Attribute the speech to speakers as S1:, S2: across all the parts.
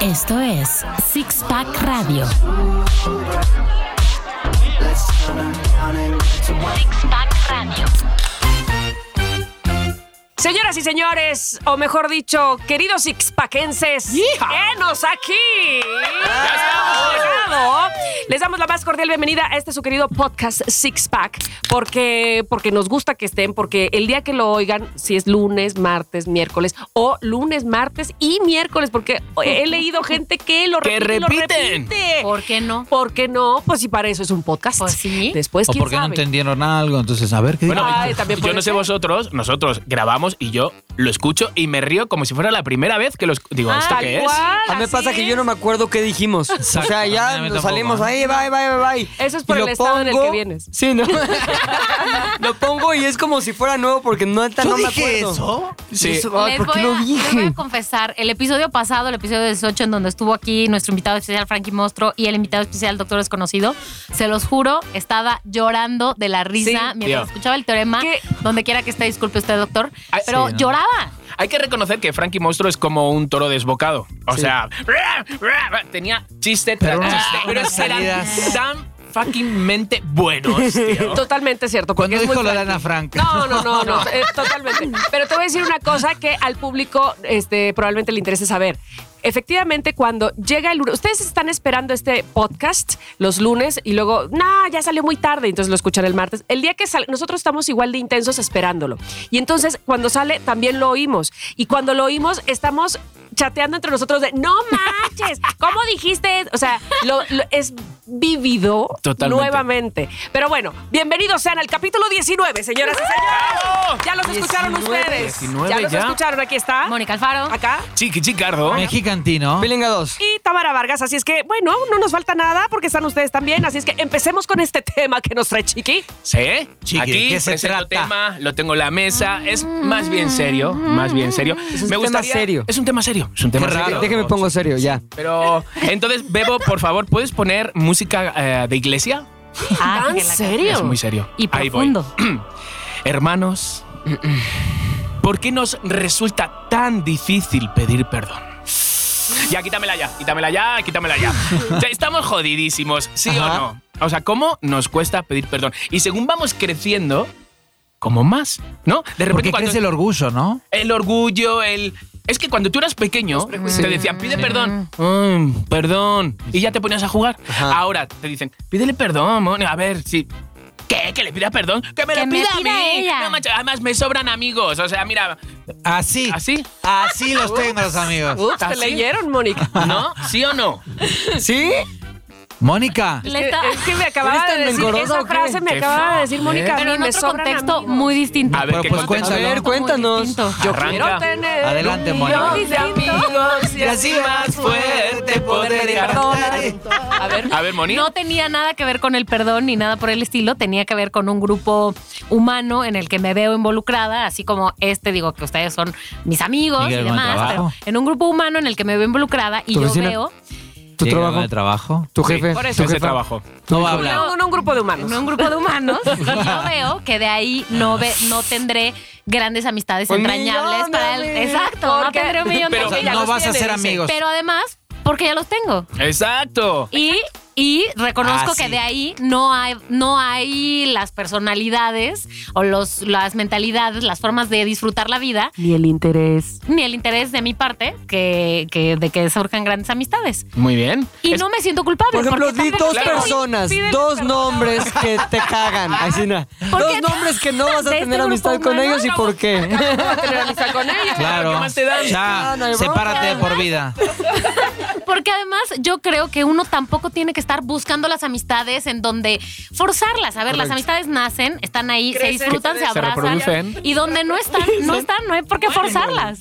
S1: Esto es Six Pack Radio. Six Pack Radio.
S2: Señoras y señores, o mejor dicho, queridos sixpackenses, ¡enos aquí! Llegado. Les damos la más cordial bienvenida a este su querido podcast Six Pack, porque, porque nos gusta que estén, porque el día que lo oigan, si es lunes, martes, miércoles, o lunes, martes y miércoles, porque he leído gente que lo
S3: Que
S2: repite. y lo
S3: repiten.
S2: repite.
S1: ¿Por qué no?
S2: ¿Por qué no? Pues si para eso es un podcast.
S1: Pues sí.
S2: Después,
S4: o
S2: ¿quién
S4: porque no
S2: sabe?
S4: entendieron algo, entonces a ver qué
S3: Bueno,
S4: digo?
S2: Ay, también
S3: yo
S2: puede
S3: no sé
S2: ser.
S3: vosotros, nosotros grabamos y yo lo escucho y me río como si fuera la primera vez que lo escucho. Digo, ¿esto
S2: Ah, Tal
S3: qué es?
S2: cual,
S5: A mí me
S2: así
S5: pasa que yo
S2: es.
S5: no me acuerdo qué dijimos. o sea,
S4: a mí
S5: ya nos
S4: tampoco,
S5: salimos
S4: ¿eh?
S5: ahí, bye, bye, bye.
S2: Eso es por
S5: Y
S2: el
S5: lo
S2: estado en el
S5: pongo-
S2: que vienes.
S5: Sí, ¿no? lo pongo y es como si fuera nuevo porque no, neta no me acuerdo.
S3: Sí.
S5: Ay,
S1: Les
S5: ¿por
S1: voy,
S5: qué lo
S1: a, les
S5: dije?
S1: voy a confesar, el episodio pasado, el episodio 18, en donde estuvo aquí nuestro invitado especial Frankie Mostro y el invitado especial Doctor Desconocido, se los juro, estaba llorando de la risa
S2: Sí,
S1: mientras
S3: tío. Ah,
S1: escuchaba el teorema,
S2: ¿Qué?
S1: donde quiera que esté, disculpe usted, doctor,
S3: Ay,
S1: pero
S4: sí, ¿no?
S1: lloraba.
S3: Hay que reconocer que Frankie Monstruo es como un toro desbocado. O sea, tenía chiste,
S4: Pero
S3: tras
S4: unas-
S3: chiste, pero
S4: unas
S3: eran
S4: salidas.
S3: tan fuckingmente buenos, tío.
S2: Totalmente cierto. porque
S4: Cuando
S2: es
S4: dijo
S2: muy
S4: lo de
S2: Frankie.
S4: Ana Frank.
S2: No, no, no, no, eh, totalmente. Pero te voy a decir una cosa que al público este, probablemente le interese saber. Efectivamente, cuando llega el lunes, ustedes están esperando este podcast los lunes y luego, no, ya salió muy tarde, entonces lo escuchan el martes. El día que sale, nosotros estamos igual de intensos esperándolo. Y entonces cuando sale, también lo oímos. Y cuando lo oímos, estamos chateando entre nosotros de, no manches, ¿cómo dijiste? O sea, lo- lo- es vivido
S3: Totalmente.
S2: nuevamente. Pero bueno, bienvenidos sean al capítulo 19, señoras y señores. Ya los escucharon
S5: 19,
S2: ustedes.
S3: 19
S2: ya los
S3: ya.
S2: escucharon, aquí está.
S1: Mónica Alfaro.
S2: Acá.
S3: Chiqui, chicardo.
S4: Mexicantino.
S5: Pilinga 2.
S2: Y Tamara Vargas, así es que, bueno, no nos falta nada porque están ustedes también, así es que empecemos con este tema que nos trae Chiqui.
S3: ¿Sí?
S4: Chiqui, ¿de
S3: Aquí
S4: qué se
S3: presento
S4: trata?
S3: tema, lo tengo en la mesa. Es más bien serio, más bien serio.
S5: un tema serio.
S3: Es un tema serio. Es un tema
S5: Qué
S3: serio.
S5: raro. Déjeme pongo serio, ya.
S3: Pero entonces, Bebo, por favor, ¿puedes poner música eh, de iglesia?
S1: Ah,
S2: ¿Tan
S1: que la-
S2: serio?
S3: Es muy serio.
S1: Y
S3: Ahí voy.
S1: profundo.
S3: Hermanos, ¿por qué nos resulta tan difícil pedir perdón? Ya, quítamela ya, quítamela ya, quítamela ya. O sea, estamos jodidísimos, ¿sí
S5: Ajá.
S3: o no? O sea, ¿cómo nos cuesta pedir perdón? Y según vamos creciendo, como más, ¿no? De repente
S4: Porque
S3: cuando
S4: crece el orgullo, ¿no?
S3: el orgullo, el... Es que cuando tú eras pequeño, te decían, pide perdón, Mm, perdón, y ya te ponías a jugar.
S5: Ajá.
S3: Ahora te dicen, pídele perdón, mon". a ver, sí. ¿Qué? ¿Que le pida perdón? ¡Que me
S1: Que
S3: lo
S1: me
S3: pida,
S1: pida
S3: a mí!
S1: ella.
S3: No, macho, además, me sobran amigos. O sea, mira,
S4: Así.
S3: así,
S4: Así los tengo los amigos.
S2: Ups, te
S3: ¿Así?
S2: leyeron, Mónica.
S3: ¿no? ¿Sí o no?
S5: ¿Sí?
S4: Mónica.
S1: Le está-
S2: Es que me acababa
S5: ¿Eres
S2: de
S5: tan
S2: decir,
S5: rencorosa
S2: esa
S5: o qué?
S2: frase me
S3: Qué
S2: acababa de decir Mónica. a
S1: pero
S2: mí,
S1: en
S2: me
S1: otro
S2: sobran
S1: contexto
S2: amigos.
S1: muy distinto.
S3: A ver,
S4: Pero
S3: ¿qué
S4: pues
S3: contexto?
S5: A ver,
S4: cuéntalo.
S5: cuéntanos.
S2: Yo
S3: Arranca.
S2: quiero tener
S4: Adelante,
S2: un
S4: Mónica.
S2: millón de amigos y así más fuerte poder pedir perdón. A ver,
S3: A ver, Moni.
S1: No tenía nada que ver con el perdón ni nada por el estilo, tenía que ver con un grupo humano en el que me veo involucrada, así como este, digo que ustedes son mis amigos y
S4: Miguel, buen
S1: demás, pero
S4: trabajo.
S1: en un grupo humano en el que me veo involucrada y
S5: Tu
S1: yo
S5: vecina.
S1: veo
S5: Tu
S4: Llega
S5: trabajo.
S4: de trabajo.
S5: Tu jefe.
S2: por eso
S5: tu
S3: ese
S5: jefa.
S3: trabajo.
S4: No va a
S2: no,
S4: hablar.
S2: no, no, un grupo de humanos.
S1: en un grupo de humanos y yo veo que de ahí no ve, no tendré grandes amistades
S5: Un
S1: entrañables
S5: millón de
S1: para el
S5: amigos.
S1: exacto, no
S2: Porque-
S1: tendré un millón de
S3: Pero-
S4: O sea,
S2: ya
S4: no
S2: los
S4: vas a
S2: tiene,
S4: ser
S2: dice.
S4: amigos.
S1: pero además porque ya los tengo.
S3: Exacto.
S1: Y, y reconozco
S4: Ah, sí.
S1: que de ahí no hay, no hay las personalidades o los, las mentalidades, las formas de disfrutar la vida,
S2: Ni el interés.
S1: ni el interés de mi parte que, que- de que surjan grandes amistades.
S3: Muy bien.
S1: Y
S3: Es-
S1: no me siento culpable.
S5: Por ejemplo,
S1: porque
S5: di
S1: tampoco
S5: dos
S1: quiero-
S5: personas,
S2: Pídele
S5: dos
S2: perdón.
S5: nombres que te cagan. Así na.
S1: ¿Por
S5: Dos
S1: qué?
S5: nombres que no vas
S1: ¿De
S5: a
S1: este
S5: tener
S1: grupo
S5: amistad con
S1: humano?
S5: ellos y
S1: No,
S5: por qué.
S2: Tener amistad con ellos.
S4: Claro.
S3: ¿Qué más te dan?
S4: Ya,
S5: No, no hay bronca.
S4: sepárate de por vida.
S1: Porque además yo creo que uno tampoco tiene que estar buscando las amistades en donde forzarlas. A ver, las amistades nacen, están ahí, se
S2: Crecen,
S1: disfrutan, se
S2: se
S1: abrazan.
S3: reproducen.
S1: y donde no están, no están, no hay por qué forzarlas.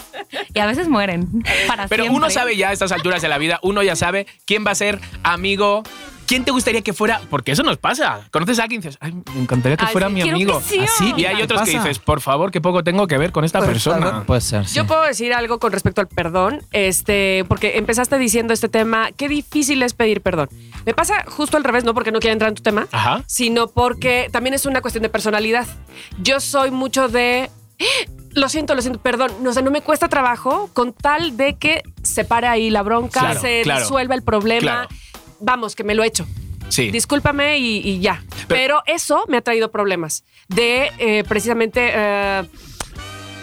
S1: Y a veces mueren. Para
S3: Pero
S1: siempre.
S3: uno sabe ya a estas alturas de la vida, uno ya sabe quién va a ser amigo, quién te gustaría que fuera, porque eso nos pasa. Conoces a alguien y dices, ay, me encantaría que
S2: Ay,
S3: fuera
S2: sí,
S3: mi
S1: quiero que
S3: amigo. Ah,
S1: sea.
S4: Así,
S3: Y hay
S4: ¿Qué
S3: otros que
S4: pasa?
S3: dices, por favor, que poco tengo que ver con esta
S5: Por
S3: persona.
S5: favor.
S4: Puede ser. sí.
S2: Yo puedo decir algo con respecto al perdón, este, porque empezaste diciendo este tema, qué difícil es pedir perdón. Me pasa justo al revés, no porque no quiera entrar en tu tema,
S3: Ajá.
S2: sino porque también es una cuestión de personalidad. Yo soy mucho de "Ah, lo siento, lo siento, perdón, no, o sea, no me cuesta trabajo con tal de que se pare ahí la bronca,
S3: Claro,
S2: se
S3: claro.
S2: resuelva el problema.
S3: Claro.
S2: Vamos, que me lo he hecho.
S3: Sí.
S2: Discúlpame y, y ya. Pero, eso me ha traído problemas de eh, precisamente... eh,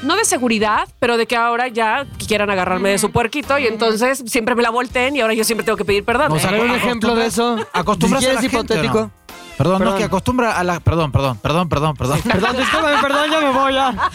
S2: no de seguridad, pero de que ahora ya quieran agarrarme de su puerquito y entonces siempre me la volteen y ahora yo siempre tengo que pedir perdón.
S5: O sea,
S4: Pero
S5: un
S4: acostumbra-
S5: ejemplo de eso.
S4: ¿Acostumbras
S5: Si
S4: a
S5: quieres
S4: la gente o no?
S5: hipotético.
S4: Perdón, no,
S5: Perdón.
S4: que acostumbra a la. Perdón, perdón, perdón, perdón, perdón.
S5: Perdón, discúlpame, perdón, ya me voy ya.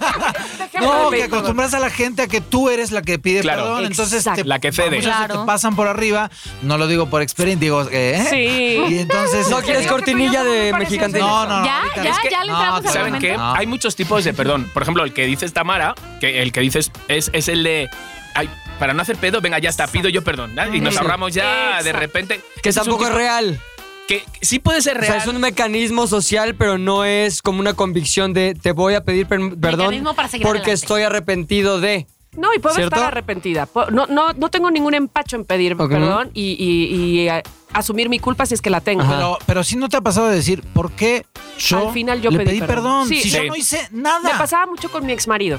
S2: Déjame
S4: No, que
S2: pedir perdón.
S4: acostumbras a la gente a que tú eres la que pide
S3: Claro.
S4: perdón, entonces
S2: Exacto.
S4: te,
S3: La que cede.
S4: muchas veces
S1: Claro.
S4: te pasan por arriba, no lo digo por experiencia, digo, ¿eh?
S2: Sí.
S4: Y entonces este,
S5: No quieres
S2: digo que
S5: cortinilla
S2: pero yo no me
S5: de
S2: parece
S5: mexicante.
S4: No, no, no.
S1: Ya,
S4: ahorita-
S1: ya,
S4: Es que-
S1: ya le entramos
S4: no,
S1: al
S3: ¿Saben
S1: Totalmente.
S3: qué?
S4: No.
S3: Hay muchos tipos de perdón. Por ejemplo, el que dices Tamara, que el que dices es, es el de. Ay, para no hacer pedo, venga, ya está, pido yo perdón. ¿no? Y nos
S2: Exacto.
S3: ahorramos ya de
S2: Exacto.
S3: repente.
S5: Que
S3: Ese un
S5: tampoco es
S3: tipo
S5: real.
S3: Que sí puede ser
S5: O sea,
S3: real.
S5: es un mecanismo social, pero no es como una convicción de te voy a pedir per- perdón
S1: Mecanismo para seguir
S5: porque
S1: adelante.
S5: estoy arrepentido de.
S2: No, y puedo
S5: ¿Cierto?
S2: estar arrepentida. Po- No, no, no tengo ningún empacho en pedir
S5: Ok.
S2: perdón y, y- y, eh, asumir mi culpa si es que la tengo.
S4: Pero, pero si no te ha pasado de decir, ¿por qué yo,
S2: Al final yo
S4: le
S2: pedí
S4: pedí
S2: perdón?
S4: perdón?
S2: Sí.
S4: Si yo
S3: Sí.
S4: no hice nada.
S2: Me pasaba mucho con mi ex marido,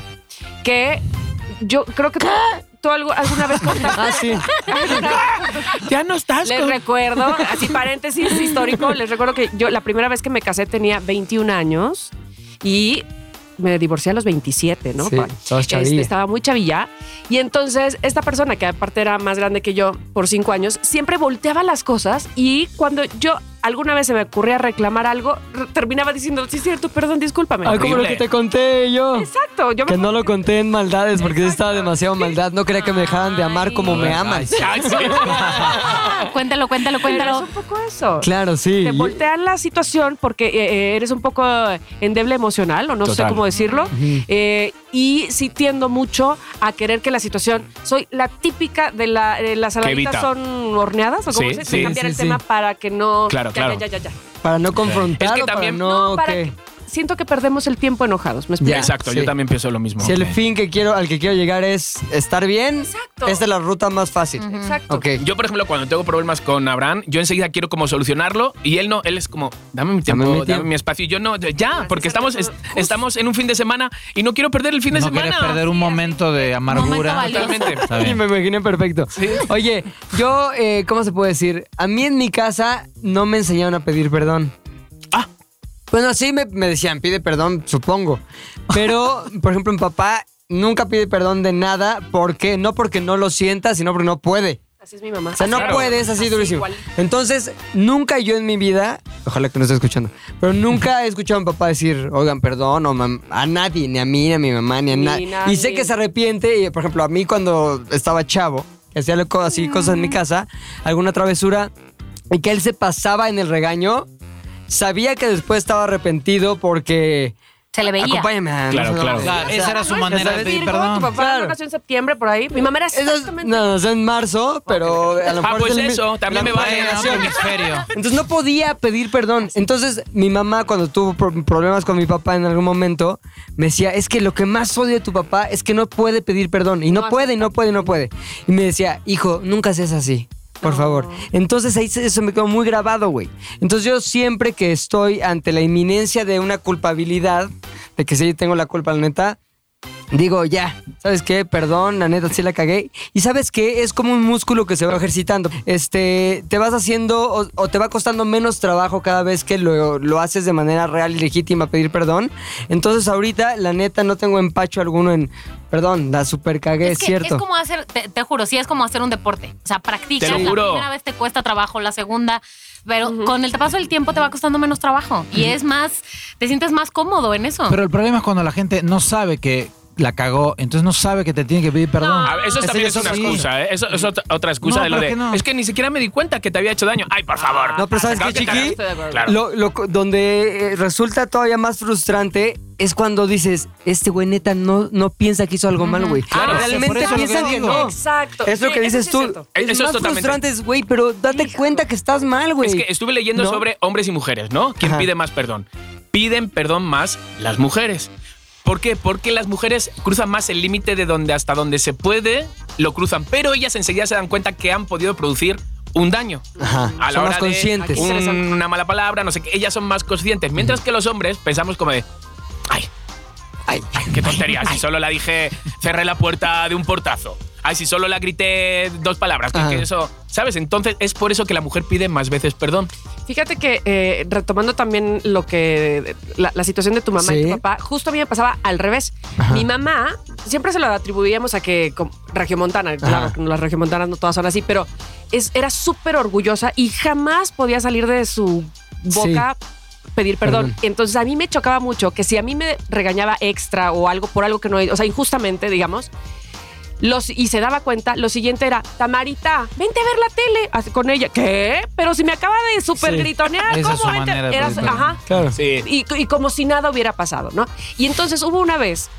S2: que yo creo que tú, tú algo- alguna vez contaste.
S5: Ah, sí.
S3: ya no estás
S2: Les
S3: con-
S2: recuerdo, así paréntesis histórico, les recuerdo que yo la primera vez que me casé tenía 21 años y me divorcié a los 27, ¿no?
S5: Sí,
S2: Juan?
S5: estabas chavilla.
S2: estaba muy chavilla. Y entonces esta persona, que aparte era más grande que yo por 5 años, siempre volteaba las cosas y cuando yo alguna vez se me ocurría reclamar algo, re- terminaba diciendo, sí, es cierto, perdón, discúlpame.
S5: Ah, como lo que te conté yo.
S2: Exacto, yo me
S5: Que no lo conté en maldades porque estaba demasiado maldad. No quería que me dejaran de amar como me aman.
S3: Ay, sí.
S1: Ah, Cuéntalo, cuéntalo,
S2: Pero es
S1: cuéntalo.
S2: un poco eso.
S5: Claro, sí.
S2: te voltean la situación porque eh, eh, eres un poco endeble emocional, o no sé
S3: Total.
S2: cómo decirlo. Eh, y sí tiendo mucho a querer que la situación. Soy la típica de la, eh, las saladitas
S3: evita.
S2: son horneadas, o como
S3: Sí,
S2: se dice,
S3: sí,
S2: cambiar
S5: sí,
S2: el
S5: sí.
S2: tema para que no.
S3: Claro,
S2: ya,
S3: claro.
S2: Ya, ya, ya, ya.
S5: Para no confrontar
S3: Es que
S5: o para
S3: también-
S5: no,
S2: para
S5: que-
S2: que- siento que perdemos el tiempo enojados, ¿me explico?
S5: Ya,
S3: Exacto, yo
S5: sí.
S3: también pienso lo mismo.
S5: Si el
S3: Ok.
S5: fin que quiero, al que quiero llegar es estar bien,
S2: Exacto.
S5: esta es la ruta más fácil.
S2: Exacto.
S5: Ok.
S3: Yo, por ejemplo, cuando tengo problemas con Abraham, yo enseguida quiero como solucionarlo y él no, él es como, dame mi tiempo,
S5: mi
S3: dame mi,
S5: tiempo.
S3: espacio. Y yo no, ya, porque
S2: Así
S3: estamos,
S2: se hace todo.
S3: est- estamos en un fin de semana y no quiero perder el fin de
S4: no
S3: semana.
S4: quieres perder un momento de amargura.
S1: valioso.
S3: Totalmente.
S4: Está
S5: Sí,
S4: bien.
S5: me imaginé perfecto. Oye, yo, eh, ¿cómo se puede decir? A mí en mi casa no me enseñaron a pedir perdón.
S3: Ah.
S5: Bueno, sí me, me decían, pide perdón, supongo. Pero, por ejemplo, mi papá nunca pide perdón de nada porque, no porque no lo sienta, sino porque no puede.
S2: Así es mi mamá.
S5: O sea, no
S3: Claro.
S5: puedes así,
S2: Así,
S5: durísimo.
S2: igual.
S5: Entonces, nunca yo en mi vida, ojalá que no esté escuchando, pero nunca he escuchado a mi papá decir, oigan, perdón, o mam- a nadie, ni a mí, ni a mi mamá, ni a
S2: Ni
S5: nadie.
S2: nadie.
S5: Y sé que se arrepiente, y, por ejemplo, a mí cuando estaba chavo, que hacía loco- así cosas en mi casa, alguna travesura, y que él se pasaba en el regaño, sabía que después estaba arrepentido porque...
S1: Se le veía.
S5: Acompáñame a...
S3: Claro, claro.
S4: Claro, esa era su
S2: ¿no?
S4: manera
S2: ¿Sabes?
S4: de pedir
S2: pues, Virgo, Tu
S4: perdón.
S2: papá
S5: Claro.
S2: nació en septiembre por ahí. Mi mamá era
S5: Eso es,
S2: exactamente.
S5: no, es en marzo, pero a lo mejor...
S3: Ah,
S5: es
S3: pues
S5: del mi-
S3: eso, también me vale.
S4: Bueno, otro hemisferio.
S5: Entonces no podía pedir perdón. Entonces mi mamá cuando tuvo pro- problemas con mi papá en algún momento, me decía, es que lo que más odio de tu papá es que no puede pedir perdón. Y no,
S2: No
S5: puede, y no puede, y no puede. Y me decía, hijo, nunca seas así. Por favor. Entonces ahí se- eso me quedó muy grabado, güey. Entonces yo siempre que estoy ante la inminencia de una culpabilidad, de que sí tengo la culpa, la neta, digo, ya, ¿sabes qué? Perdón, la neta sí la cagué. Y ¿sabes qué? Es como un músculo que se va ejercitando. Este, te vas haciendo o, o te va costando menos trabajo cada vez que lo, lo haces de manera real y legítima pedir perdón. Entonces ahorita, la neta, no tengo empacho alguno en, perdón, la super cagué, es,
S1: que
S5: cierto.
S1: Es como hacer, te, te juro, sí es como hacer un deporte. O sea, practicas.
S3: Te lo
S1: la
S3: juro.
S1: primera vez te cuesta trabajo, la segunda. Pero con el paso del tiempo te va costando menos trabajo. Y es más, te sientes más cómodo en eso.
S4: Pero el problema es cuando la gente no sabe que la cagó, entonces no sabe que te tiene que pedir perdón.
S3: A ver, Ah, eso
S4: Ese
S3: también
S4: ya
S3: es una
S4: otro-
S3: excusa, ¿eh? Eso es otra, otra excusa
S4: No,
S3: de lo
S4: pero
S3: de.
S4: que no.
S3: Es que ni siquiera me di cuenta que te había hecho daño. Ay, por favor. Ah,
S5: No, pero ¿sabes
S3: Claro
S5: qué,
S3: que
S5: Chiqui?
S3: te- Claro.
S5: Lo, lo- donde eh, resulta todavía más frustrante es cuando dices, este güey neta no, no piensa que hizo algo mal, güey.
S3: Claro,
S5: Ah,
S3: sí,
S4: por
S5: Realmente
S4: eso lo que
S5: piensa que,
S4: digo.
S5: no.
S2: Exacto.
S5: Es lo
S2: Sí,
S5: que
S2: eso
S5: dices
S2: sí es
S5: tú.
S2: cierto.
S5: Es,
S3: E- Eso es
S5: más
S3: totalmente-
S5: frustrante, es, güey, pero date cuenta que estás mal, güey.
S3: Es que estuve leyendo
S5: No.
S3: sobre hombres y mujeres, ¿no? ¿Quién
S5: Ajá.
S3: pide más perdón? Piden perdón más las mujeres. ¿Por qué? Porque las mujeres cruzan más el límite de donde hasta donde se puede, lo cruzan, pero ellas enseguida se dan cuenta que han podido producir un daño.
S5: Ajá,
S3: A la
S5: son
S3: hora
S5: más
S3: de
S5: conscientes.
S3: un-
S2: Interesante.
S3: una mala palabra, no sé qué, ellas son más conscientes, mientras que los hombres pensamos como de, ay,
S5: Ay, Ay.
S3: Qué tontería, si solo la dije, cerré la puerta de un portazo. Ay, si solo la grité dos palabras, que-
S5: Ajá.
S3: que eso, ¿sabes? Entonces es por eso que la mujer pide más veces perdón.
S2: Fíjate que eh, retomando también lo que la, la situación de tu mamá y
S5: Sí.
S2: tu papá, justo a mí me pasaba al revés. Mi mamá siempre se lo atribuíamos a que como regiomontana, claro, que las regiomontanas no todas son así, pero es, era súper orgullosa y jamás podía salir de su boca pedir perdón.
S5: Perdón.
S2: Entonces a mí me chocaba mucho que si a mí me regañaba extra o algo por algo que no, o sea, injustamente, digamos, los, y se daba cuenta, lo siguiente era, Tamarita, vente a ver la tele así, con ella. ¿Qué? Pero si me acaba de súper
S5: Sí.
S2: gritonear,
S4: Esa es
S2: ¿cómo
S4: su
S2: vente?
S4: manera de
S2: Era-
S4: pedir perdón.
S2: ajá.
S5: Claro.
S3: Sí.
S2: Y, y como si nada hubiera pasado, ¿no? Y entonces hubo una vez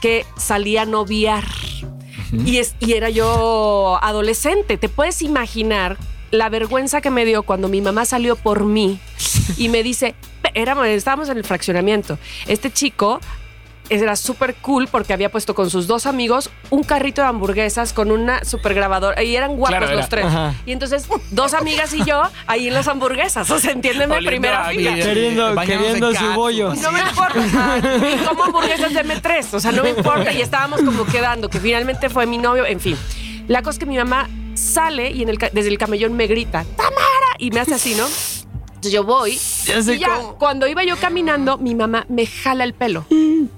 S2: que salí a noviar y, es, y era yo adolescente. Te puedes imaginar la vergüenza que me dio cuando mi mamá salió por mí y me dice, éramos, estábamos en el fraccionamiento. Este chico era súper cool porque había puesto con sus dos amigos un carrito de hamburguesas con una super grabadora y eran guapos
S3: Claro,
S2: los
S3: era.
S2: tres.
S5: Ajá.
S2: Y entonces dos amigas y yo ahí en las hamburguesas, o sea, entiéndeme
S3: Oliendo
S2: primera
S3: a
S2: fila.
S3: Mira,
S5: Queriendo-
S4: bañándose
S5: queriendo
S4: en
S5: su
S4: catsup,
S5: bollo.
S4: así.
S2: No me importa. Y como hamburguesas de M3, o sea, no me importa. Y estábamos como quedando, que finalmente fue mi novio, en fin. La cosa es que mi mamá sale y en el, ca- desde el camellón me grita, ¡Tamara! Y me hace así, ¿no? Entonces yo voy.
S5: Ya sé
S2: y ya,
S5: cómo.
S2: cuando iba yo caminando, mi mamá me jala el pelo.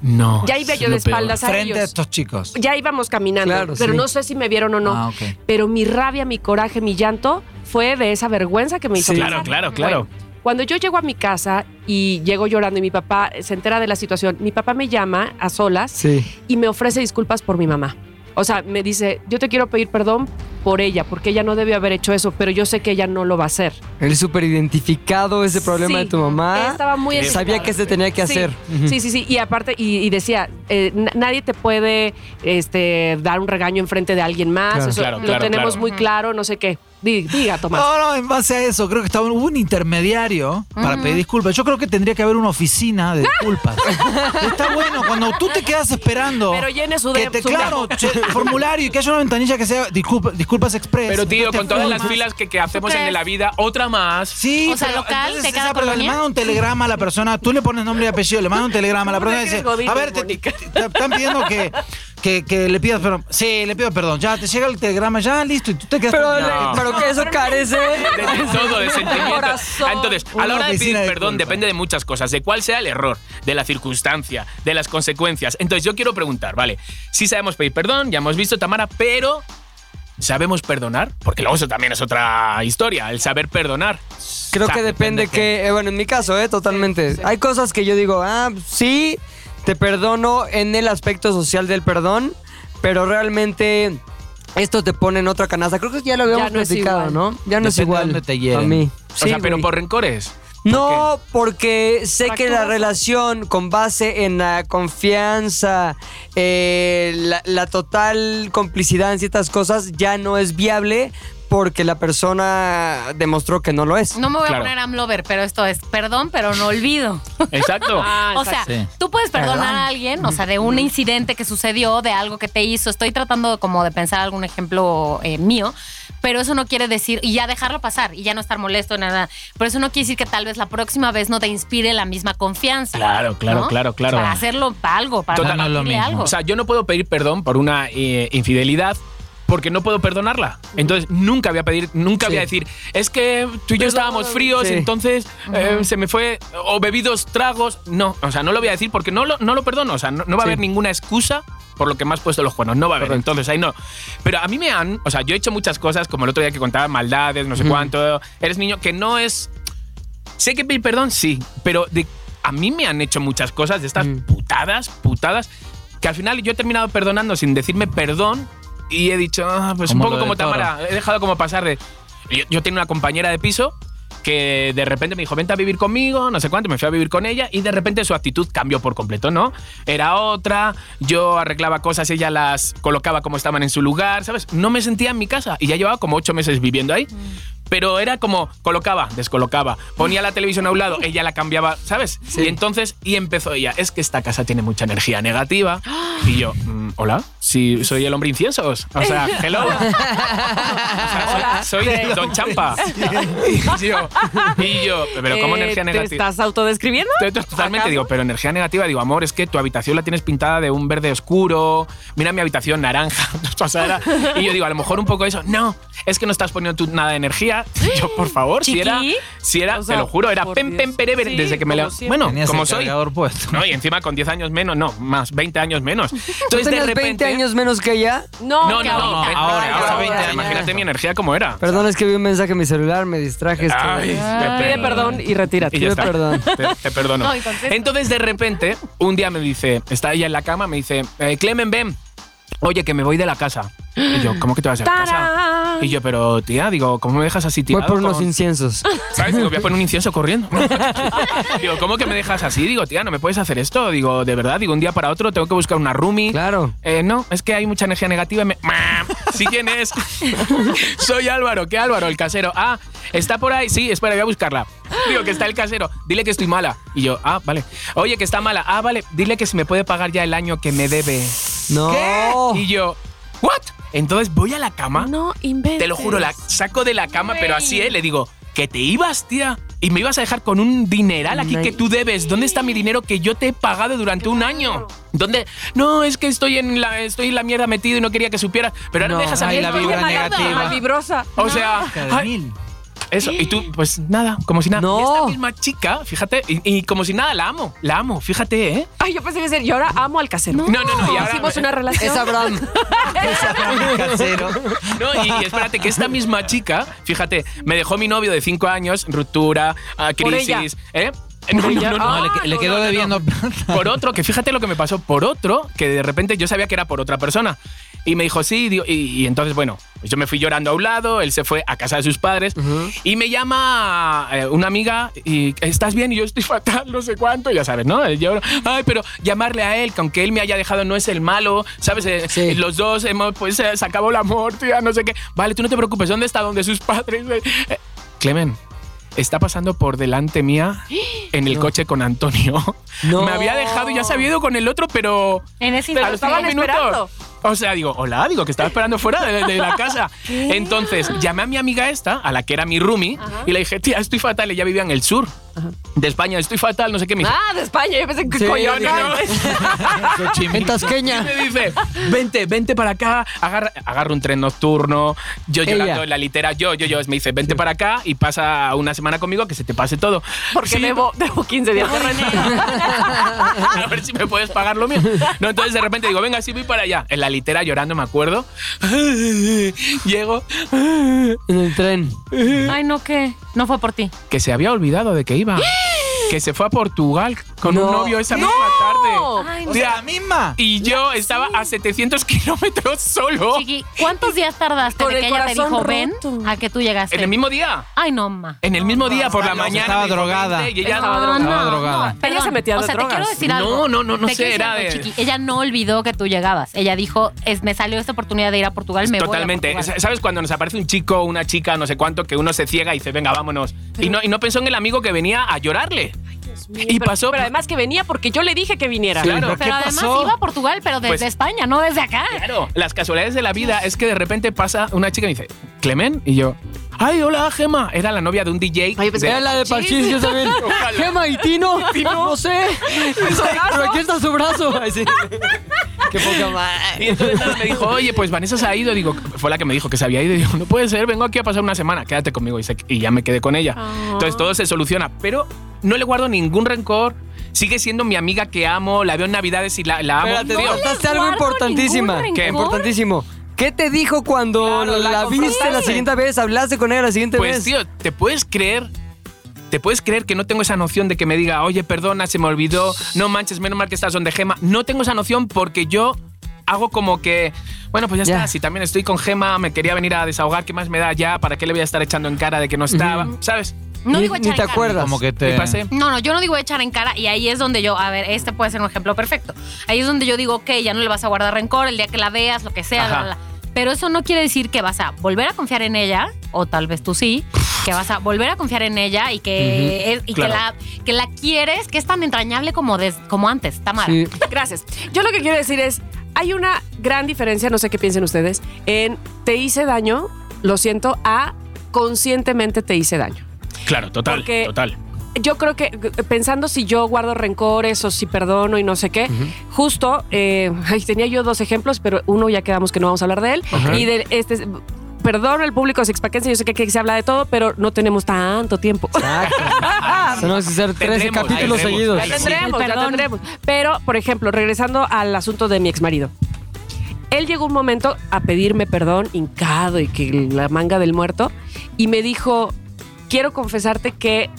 S3: No.
S2: Ya iba
S3: es
S2: yo de
S3: lo peor.
S2: espaldas a
S4: Frente a
S2: ellos.
S4: estos chicos.
S2: Ya íbamos caminando,
S5: Claro,
S2: pero
S5: sí.
S2: no sé si me vieron o no.
S4: Ah, ok.
S2: Pero mi rabia, mi coraje, mi llanto fue de esa vergüenza que me hizo.
S5: Sí.
S2: pasar.
S3: Claro, claro, claro.
S2: Cuando yo llego a mi casa y llego llorando y mi papá se entera de la situación, mi papá me llama a solas
S5: Sí.
S2: y me ofrece disculpas por mi mamá. O sea, me dice, yo te quiero pedir perdón por ella, porque ella no debió haber hecho eso, pero yo sé que ella no lo va a hacer.
S5: Él súper identificado ese problema
S2: Sí,
S5: de tu mamá.
S2: Estaba muy
S3: Qué
S5: Sabía
S2: enojada.
S5: que se tenía que hacer.
S2: Sí, sí, sí, sí. Y aparte, y, y decía, eh, na- nadie te puede este, dar un regaño enfrente de alguien más.
S5: Claro,
S2: eso
S3: claro,
S2: lo
S3: claro,
S2: tenemos
S3: claro.
S2: muy claro, no sé qué. Di- Diga, Tomás.
S4: No, no, en base a eso, creo que estaba, hubo un intermediario para pedir disculpas. Yo creo que tendría que haber una oficina de disculpas. Está bueno, cuando tú te quedas esperando.
S2: Pero llene su
S4: que
S2: de-
S4: te,
S2: su
S4: claro,
S2: de-
S4: che, formulario y que haya una ventanilla que sea disculpa- disculpas express.
S3: Pero tío,
S4: No te
S3: con todas las
S4: formas.
S3: filas que, que hacemos en
S1: crees?
S3: la vida, otra más.
S4: Sí,
S1: O sea,
S4: pero
S1: local,
S4: entonces
S1: de cada
S4: esa, pero
S1: colonia.
S4: Le manda un telegrama a la persona, tú le pones nombre y apellido, le manda un telegrama a la
S2: ¿Cómo
S4: persona y
S2: te
S4: dice,
S2: crees, Godín,
S4: a ver, te,
S2: Mónica?
S4: te- te están pidiendo que, que, que le pidas perdón. Sí, le pido perdón. Ya, te llega el telegrama, ya, listo, y tú te quedas
S5: Pero,
S3: No.
S5: pero que eso carece.
S3: De, de todo, de sentimientos.
S2: Corazón.
S3: Ah, Entonces, a
S4: Una
S3: la hora de pedir
S4: oficina de
S3: perdón
S4: culpa.
S3: depende de muchas cosas, de cuál sea el error, de la circunstancia, de las consecuencias. Entonces, yo quiero preguntar, vale, sí sabemos pedir perdón, ya hemos visto, Tamara, pero ¿sabemos perdonar? Porque luego eso también es otra historia, el saber perdonar.
S5: Creo
S3: O sea,
S5: que depende que, eh, bueno, en mi caso, ¿eh? Totalmente. Hay cosas que yo digo, ah, sí, te perdono en el aspecto social del perdón, pero realmente esto te pone en otra canasta. Creo que ya lo habíamos
S2: no es
S5: platicado,
S2: igual.
S5: ¿no? Ya no es
S4: Depende
S5: igual.
S4: dónde te hieren.
S5: A mí.
S3: O
S5: Sí,
S3: sea, pero
S5: güey.
S3: por rencores.
S5: No, porque sé que la
S2: Fracturas.
S5: relación con base en la confianza, eh, la, la total complicidad en ciertas cosas ya no es viable porque la persona demostró que no lo es.
S1: No me voy
S3: Claro.
S1: a poner amlover, pero esto es perdón, pero no olvido.
S3: Exacto.
S2: Ah,
S1: O sea,
S2: exacto.
S4: Sí.
S1: tú puedes perdonar
S5: Perdón.
S1: a alguien, o sea, de un incidente que sucedió, de algo que te hizo. Estoy tratando como de pensar algún ejemplo eh, mío, pero eso no quiere decir, y ya dejarlo pasar, y ya no estar molesto, nada. Pero eso no quiere decir que tal vez la próxima vez no te inspire la misma confianza.
S3: Claro, claro,
S1: ¿no?
S3: claro, claro.
S1: Para hacerlo para algo, para
S3: Total,
S1: Total,
S3: no es lo
S4: mismo.
S1: algo.
S3: O sea, yo no puedo pedir perdón por una eh, infidelidad porque no puedo perdonarla. Entonces, nunca voy a pedir, nunca voy a decir, es que tú y yo estábamos fríos,
S5: Sí.
S3: entonces eh, se me fue, o bebí dos tragos. No, o sea, no lo voy a decir porque no lo, no lo perdono. O sea, no, no va a
S5: Sí.
S3: haber ninguna excusa por lo que me has puesto los cuernos. No va a haber. Entonces, ahí no. Pero a mí me han, o sea, yo he hecho muchas cosas, como el otro día que contaba maldades, no sé cuánto. Eres niño, que no es Sé que pedir perdón, sí, pero de- a mí me han hecho muchas cosas de estas
S5: Mm.
S3: putadas, putadas, que al final yo he terminado perdonando sin decirme perdón y he dicho, "Ah, pues un
S4: Como
S3: poco
S4: lo del
S3: como
S4: toro.
S3: Tamara, he dejado como pasar de... Yo, yo tenía una compañera de piso que de repente me dijo, vente a vivir conmigo, no sé cuánto, me fui a vivir con ella y de repente su actitud cambió por completo, ¿no? Era otra, yo arreglaba cosas, ella las colocaba como estaban en su lugar, ¿sabes? No me sentía en mi casa y ya llevaba como ocho meses viviendo ahí. Pero era como colocaba, descolocaba, ponía la televisión a un lado, ella la cambiaba, ¿sabes? Y entonces, y empezó ella, es que esta casa tiene mucha energía negativa. Y yo, mm, mm, hola, sí, soy el hombre inciensos. O sea, hello. O sea, soy, soy Don Champa. Y yo, y yo, pero como
S2: Eh,
S3: energía
S2: ¿Te
S3: negativa.
S2: estás autodescribiendo?
S3: Estoy Totalmente
S2: ¿Acaso?
S3: digo, pero energía negativa, digo, amor, es que tu habitación la tienes pintada de un verde oscuro, mira mi habitación naranja, o sea, era- y yo digo, a lo mejor un poco eso, no, es que no estás poniendo tú nada de energía, yo por favor, si era,
S2: Chiqui.
S3: si era,
S2: O sea,
S3: te lo juro, era
S2: por
S3: pem,
S2: Dios.
S3: pem, pere, pere,
S2: Sí,
S3: desde que me la...
S2: como siempre.
S3: Bueno,
S4: Tenías
S3: como
S4: el
S3: soy,
S4: cargador puesto.
S3: no, y encima con 10 años menos, no, más 20 años menos. Entonces de
S5: ¿Tenías
S3: repente...
S5: 20 años menos que ella?
S2: No,
S3: No, no,
S2: que
S3: no,
S2: ahorita.
S3: ve-
S4: ahora,
S3: ahora,
S4: ahora,
S3: ahora,
S4: veinte años.
S3: imagínate mi energía como era.
S5: Perdón, es que vi un mensaje en mi celular, me distraje. es que-
S3: Ay, qué
S2: Pide
S3: pena.
S2: perdón y retírate.
S3: Y ya
S5: Pido
S3: está.
S5: perdón.
S3: Te, te perdono.
S1: No, y contesta.
S3: Entonces, de repente, un día me dice, está ella en la cama, me dice, eh, Clemen, ven, oye, que me voy de la casa. Y yo, ¿cómo que te vas de la casa?
S2: ¡Tarán!
S3: Y yo, pero tía, digo, ¿cómo me dejas así
S5: Voy
S3: tirado?
S5: por unos
S3: con-
S5: inciensos.
S3: ¿Sabes? Digo, voy a poner un incienso corriendo. digo, ¿cómo que me dejas así? Digo, tía, no me puedes hacer esto. Digo, de verdad, digo, un día para otro tengo que buscar una roomie.
S5: Claro.
S3: Eh, no, es que hay mucha energía negativa. y Me... ¿Sí quién es? Soy Álvaro. ¿Qué Álvaro? El casero. Ah, ¿está por ahí? Sí, espera, voy a buscarla. Digo, que está el casero. Dile que estoy mala. Y yo, ah, vale. Oye, que está mala. Ah, vale. Dile que si me puede pagar ya el año que me debe.
S5: No.
S3: Y yo, ¿what? Entonces voy a la cama.
S2: No inventes.
S3: Te lo juro, la saco de la cama, pero así, ¿eh? Le digo, que te ibas, tía. Y me ibas a dejar con un dineral aquí
S5: No.
S3: que tú debes. ¿Dónde está mi dinero que yo te he pagado durante un año? ¿Dónde? No, es que estoy en la, estoy en la mierda metido y no quería que supieras. Pero ahora
S5: No,
S3: me dejas a mí.
S4: ay, la
S3: esto.
S4: vibra negativa.
S2: Malvibrosa.
S3: O sea,
S4: Cerca de
S3: ay,
S4: mil.
S3: eso. Y tú, pues nada, como si nada.
S5: No.
S3: Y esta misma chica, fíjate, y, y como si nada, la amo. La amo, fíjate, ¿eh?
S2: Ay, yo pensé que iba a decir, y ahora amo al casero.
S3: No, no, no, y ahora-
S2: Hicimos una relación.
S5: Es Abraham.
S4: Casero.
S3: No, y, y espérate, que esta misma chica, fíjate, me dejó mi novio de cinco años, ruptura, ah,
S2: Por ella.
S3: crisis, ¿eh? No, no, no, no,
S4: Ah, No, le, le
S2: no,
S4: quedó
S2: no, no,
S4: debiendo
S3: Por otro, que fíjate lo que me pasó, por otro, que de repente yo sabía que era por otra persona. Y me dijo, sí, digo- y, y entonces, bueno, yo me fui llorando a un lado, él se fue a casa de sus padres y me llama eh, una amiga y, ¿estás bien? Y yo estoy fatal, no sé cuánto, ya sabes, ¿no? Yo, ay, pero llamarle a él, que aunque él me haya dejado, no es el malo, ¿sabes? Eh,
S5: Sí.
S3: Los dos hemos, pues, eh, se acabó el amor, tía, no sé qué. Vale, tú no te preocupes, ¿dónde está? ¿Dónde sus padres? Eh, eh, Clemen, está pasando por delante mía en el coche con Antonio.
S5: No.
S3: Me había dejado, ya se había ido con el otro, pero.
S1: En ese
S3: pero
S1: instante.
S3: estaba
S2: estaban esperando.
S3: O sea, digo, hola, digo que estaba esperando fuera de, de la casa. Entonces, llamé a mi amiga esta, a la que era mi roomie, y le dije, tía, estoy fatal, ella vivía en el sur de España, estoy fatal, no sé qué. Me dijo,
S2: Ah, de España. Yo pensé que
S5: Sí,
S2: coño.
S3: no, no, no.
S5: En
S3: Y
S5: Tasqueña.
S3: me dice, vente, vente para acá, agarra, agarra un tren nocturno, yo
S5: Ella.
S3: llorando en la litera, yo, yo, yo, me dice, vente para acá y pasa una semana conmigo que se te pase todo.
S2: Porque
S3: Sí,
S2: debo, debo 15 días de renta.
S3: a ver si me puedes pagar lo mío. No, entonces de repente digo, venga, sí, voy para allá. En la litera llorando, me acuerdo. Llego,
S5: En el tren.
S1: Ay, no, ¿qué? No fue por ti.
S3: que se había olvidado de que iba. Que se fue a Portugal con un
S5: No.
S3: novio esa misma tarde.
S1: Ay,
S4: O
S1: no.
S4: sea, la misma.
S3: Y yo estaba a 700 kilómetros solo.
S1: Chiqui, ¿cuántos días tardaste
S2: Con
S1: de
S2: el
S1: que ella te dijo
S2: corazón
S1: ven
S2: roto.
S1: a que tú llegaste?
S3: En el mismo día.
S1: Ay, no, ma.
S3: En el mismo día, por la
S4: O sea,
S3: mañana.
S4: estaba
S3: me dijo,
S4: drogada.
S3: "Vente", y ella-
S2: Estaba drogada.
S1: No,
S4: Estaba
S1: no,
S4: drogada.
S1: perdón.
S2: Ella se metía
S1: o
S2: de
S1: sea, te
S2: drogas.
S1: quiero decir
S3: No,
S1: algo.
S3: no, no, no
S1: Te
S3: sé,
S1: quiero decir
S3: era
S1: algo,
S3: de-
S1: Chiqui. Ella no olvidó que tú llegabas. Ella dijo, es, me salió esta oportunidad de ir a Portugal, me
S3: Totalmente.
S1: voy a Portugal.
S3: ¿Sabes cuando nos aparece un chico, una chica, no sé cuánto, que uno se ciega y dice, venga, vámonos? Y no, y no pensó en el amigo que venía a llorarle. y
S2: Pero-
S3: pasó.
S2: Pero además que venía porque yo le dije que viniera.
S3: Sí. Claro.
S4: ¿Pero qué
S1: Pero además
S4: pasó?
S1: iba a Portugal, pero desde
S3: Pues-
S1: España, no desde acá.
S3: Claro, las casualidades de la vida es que de repente pasa una chica y me dice, ¿Clemen? Y yo, ¡ay, hola, Gema! Era la novia de un DJ.
S2: Ay, pensé
S3: de-
S5: Era la de Parchís, yo también. Gema y Tino. No sé. Pero aquí está su brazo. Ay, sí. Qué poca madre.
S3: Y entonces nada, me dijo, oye, pues Vanessa se ha ido. Digo, fue la que me dijo que se había ido. Y digo, no puede ser, vengo aquí a pasar una semana, quédate conmigo. Y, se- y ya me quedé con ella. Entonces todo se soluciona. Pero no le guardo ningún rencor. Sigue siendo mi amiga que amo, la veo en Navidades y la, la amo.
S5: Espérate,
S3: Tío,
S5: contaste algo
S1: guardo
S5: importantísima.
S1: ningún
S3: ¿Qué?
S1: rencor.
S5: Importantísimo. ¿Qué te dijo cuando
S2: Claro, la
S5: la, viste la
S2: confrontaste.
S5: siguiente vez? ¿Hablaste con ella la siguiente
S3: Pues
S5: vez?
S3: tío, ¿te puedes creer? ¿Te puedes creer que no tengo esa noción de que me diga, oye, perdona, se me olvidó, no manches, menos mal que estás donde Gema? No tengo esa noción porque yo hago como que, bueno, pues ya,
S5: Ya.
S3: está, si también estoy con Gema, me quería venir a desahogar, ¿qué más me da ya? ¿Para qué le voy a estar echando en cara de que no estaba? ¿Sabes?
S1: No
S5: Ni-
S1: digo
S5: ni
S1: echar
S5: te
S1: en cara.
S5: acuerdas.
S4: Como que
S3: ¿Qué
S4: te.
S3: pasé?
S1: No, no, yo no digo echar en cara y ahí es donde yo, a ver, este puede ser un ejemplo perfecto. Ahí es donde yo digo, ok, ya no le vas a guardar rencor el día que la veas, lo que sea,
S3: Ajá.
S1: bla, bla, bla. pero eso no quiere decir que vas a volver a confiar en ella, o tal vez tú sí, que vas a volver a confiar en ella y que, es- y
S3: claro.
S1: que, la, que la quieres, que es tan entrañable como, des- como antes, Tamara.
S5: Sí.
S2: Gracias. Yo lo que quiero decir es, Hay una gran diferencia, no sé qué piensen ustedes, en te hice daño, lo siento, a conscientemente te hice daño.
S3: Claro, total,
S2: Porque-
S3: total.
S2: Yo creo que eh, pensando si yo guardo rencores o si perdono y no sé qué, justo, eh, ay, tenía yo dos ejemplos, pero uno ya quedamos que no vamos a hablar de él.
S3: Ajá.
S2: Y de este, perdón al público sexpaquense, yo sé que aquí se habla de todo, pero no tenemos tanto tiempo.
S5: Exacto. Tenemos que hacer 13
S3: Tendremos,
S5: capítulos
S3: tendremos.
S5: seguidos.
S2: Ya
S3: Sí,
S2: tendremos,
S1: el
S2: ya
S1: perdón.
S2: tendremos. Pero, por ejemplo, regresando al asunto de mi exmarido. Él llegó un momento a pedirme perdón, hincado y que la manga del muerto, y me dijo, quiero confesarte que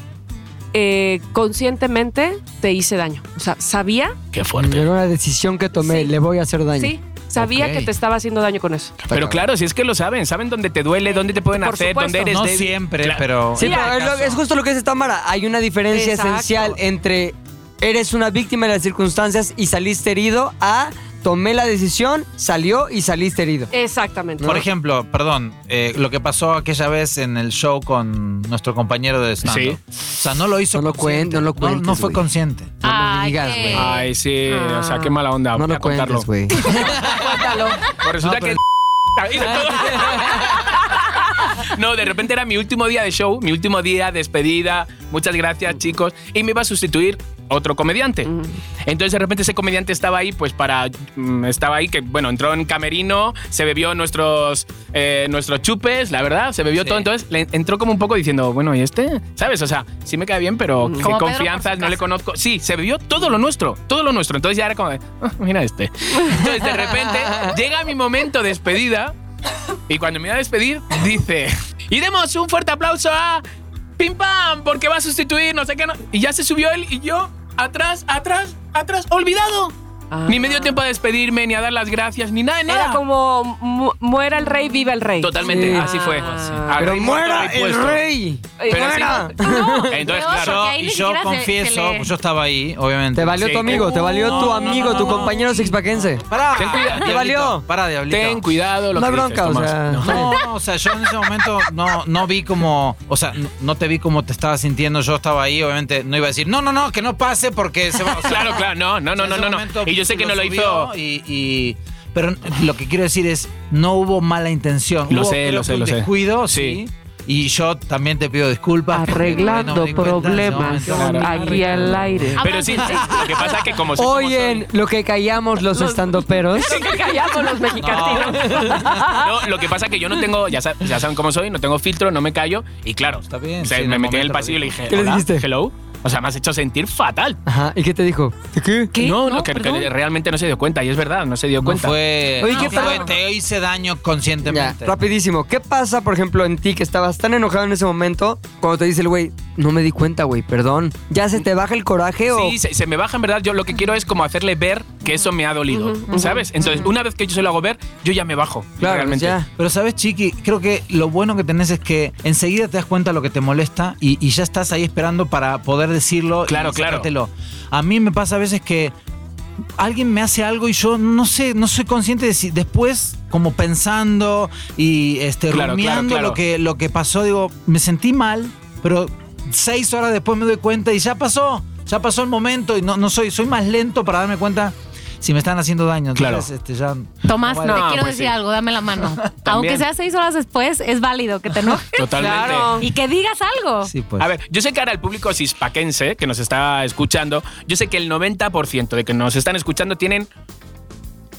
S2: eh, conscientemente te hice daño. O sea, sabía,
S3: Qué
S5: Era
S3: fuerte.
S5: una decisión que tomé,
S2: Sí.
S5: le voy a hacer daño.
S2: sí, sabía
S4: Ok.
S2: que te estaba haciendo daño con eso.
S3: Pero claro, si es que lo saben, saben dónde te duele, dónde te pueden
S2: Por
S3: hacer,
S2: supuesto.
S3: dónde eres
S4: No
S3: débil.
S4: siempre,
S3: Claro.
S4: pero.
S5: Sí,
S4: en
S5: pero
S4: este
S5: es, lo-
S4: caso-
S5: es justo lo que dice Tamara. Hay una diferencia
S2: Exacto.
S5: esencial entre eres una víctima de las circunstancias y saliste herido a tomé la decisión, salió y saliste herido.
S2: Eh, Exactamente.
S4: Por ejemplo, perdón, eh, lo que pasó aquella vez en el show con nuestro compañero de stand
S3: Sí.
S4: O sea, no lo hizo
S5: No lo
S4: consciente.
S5: cuen- no lo cuentes,
S4: No, fue
S5: güey.
S4: consciente.
S5: No me
S1: Ay,
S5: digas,
S1: qué-
S5: güey.
S3: Ay, sí, o sea, qué mala onda.
S5: No
S3: voy
S5: lo
S3: a contarlo.
S5: cuentes, güey.
S2: Cuéntalo.
S3: Pues resulta
S4: No, pero-
S3: que. Hice todo. No, de repente era mi último día de show, mi último día, despedida, muchas gracias chicos, y me iba a sustituir otro comediante. Entonces de repente ese comediante estaba ahí, pues para, mm, estaba ahí, que bueno, entró en camerino, se bebió nuestros, eh, nuestros chupes, la verdad, se bebió todo, entonces le entró como un poco diciendo, bueno, ¿y este? ¿Sabes? O sea, sí me cae bien, pero qué
S1: Como Pedro por
S3: confianza,
S1: su
S3: no le
S1: casa.
S3: conozco. Sí, se bebió todo lo nuestro, todo lo nuestro, entonces ya era como, de, "Ah, mira este. Entonces de repente llega mi momento de despedida. Y cuando me iba a despedir, dice: Y demos un fuerte aplauso a Pim Pam, porque va a sustituir, no sé qué. no- Y ya se subió él y yo, atrás, atrás, atrás, olvidado.
S2: Ah.
S3: Ni me dio tiempo a despedirme, ni a dar las gracias, ni nada, de nada.
S2: Era como mu- muera el rey, viva el rey.
S3: Totalmente,
S5: Sí.
S3: así fue.
S2: Ah.
S3: Al
S5: Pero
S3: rey muerto,
S5: muera
S3: rey
S5: el
S3: puesto.
S5: rey.
S2: Oye,
S3: Pero
S2: bueno,
S5: Muera.
S1: No,
S3: Entonces,
S1: peor,
S3: claro,
S1: porque ahí
S4: Y
S1: ni
S4: yo
S1: siquiera se-
S4: confieso,
S1: se le-
S4: pues yo estaba ahí, obviamente.
S5: Te valió
S3: Sí,
S5: tu
S3: que-
S5: amigo, te valió
S4: No,
S5: tu
S4: no,
S5: amigo,
S4: no,
S5: tu
S4: no,
S5: compañero sexpaquense.
S4: Pará,
S3: Ten cuidado.
S4: diablito,
S5: valió.
S4: Pará, diablito.
S3: Ten cuidado lo
S5: No hay
S3: que
S5: bronca,
S3: dices,
S5: o
S3: Tomás.
S5: sea.
S3: No.
S4: No, o sea, yo en ese momento no, no vi como, o sea, no, no te vi como te estaba sintiendo, yo estaba ahí, obviamente no iba a decir, no, no, no, que no pase porque se va. o sea,
S3: Claro, claro, no, no, no,
S4: en
S3: no,
S4: ese
S3: no. no.
S4: momento
S3: Y yo sé que no lo hizo.
S4: subió Y, y- pero lo que quiero decir es, no hubo mala intención.
S3: Lo
S4: Hubo,
S3: sé,
S4: creo
S3: lo
S4: que
S3: sé,
S4: un
S3: lo sé.
S4: descuido,
S3: Sí.
S4: sí. Y yo también te pido disculpas. porque,
S2: Arreglando
S4: bueno, me di cuenta en ese
S2: problemas
S4: momento.
S3: Claro.
S2: aquí al aire.
S3: Pero sí, sí, lo que pasa es que como sé cómo
S5: Oyen lo que callamos los estandoperos.
S2: que callamos los mexicanos.
S3: No, lo que pasa es que yo no tengo, ya, sa- ya saben cómo soy, no tengo filtro, no me callo. Y claro,
S4: Está bien,
S3: o sea,
S4: sí, en
S3: me
S4: el
S3: metí en el
S4: momento
S3: pasillo y
S4: lo
S3: le dije,
S5: ¿Qué le
S3: "Hola,
S5: dijiste?
S3: hello. O sea, me has hecho sentir fatal.
S5: Ajá, ¿y qué te dijo? ¿Qué?
S3: No, no,
S1: No,
S3: que, que
S1: perdón.
S3: realmente no se dio cuenta, y es verdad, no se dio
S4: No
S3: cuenta.
S4: fue,
S5: Oye,
S4: no
S5: ¿qué
S4: fue,
S5: pasa?
S4: te hice daño
S5: Ya,
S4: conscientemente.
S5: rapidísimo. ¿Qué pasa, por ejemplo, en ti que estabas tan enojado en ese momento cuando te dice el güey, no me di cuenta, güey, perdón? ¿Ya se te baja el coraje o...?
S3: Sí, se, se me baja en verdad. Yo lo que quiero es como hacerle ver que eso me ha dolido, ¿sabes? Entonces, una vez que yo se lo hago ver, yo ya me bajo.
S5: Claro,
S3: realmente.
S5: ya.
S4: Pero sabes, Chiqui, creo que lo bueno que tenés es que enseguida te das cuenta lo que te molesta y, y ya estás ahí esperando para poder decirlo.
S3: Claro,
S4: y
S3: claro.
S4: sacártelo. A mí me pasa a veces que alguien me hace algo y yo no sé, no soy consciente de si después, como pensando y este,
S3: Claro, claro,
S4: rumiando
S3: claro.
S4: Lo, que, lo que pasó, digo, me sentí mal, pero seis horas después me doy cuenta y ya pasó, ya pasó el momento y no, no soy, soy más lento para darme cuenta. Si me están haciendo daño,
S3: Claro.
S4: entonces este, ya.
S1: Tomás,
S3: No,
S1: te quiero
S3: pues
S1: decir
S3: sí.
S1: algo, dame la mano. Aunque sea seis horas después, es válido que te enojes
S3: Totalmente.
S2: Claro.
S1: y que digas algo.
S4: Sí, pues.
S3: A ver, yo sé que ahora el público cispaquense que nos está escuchando, yo sé que el 90% de que nos están escuchando tienen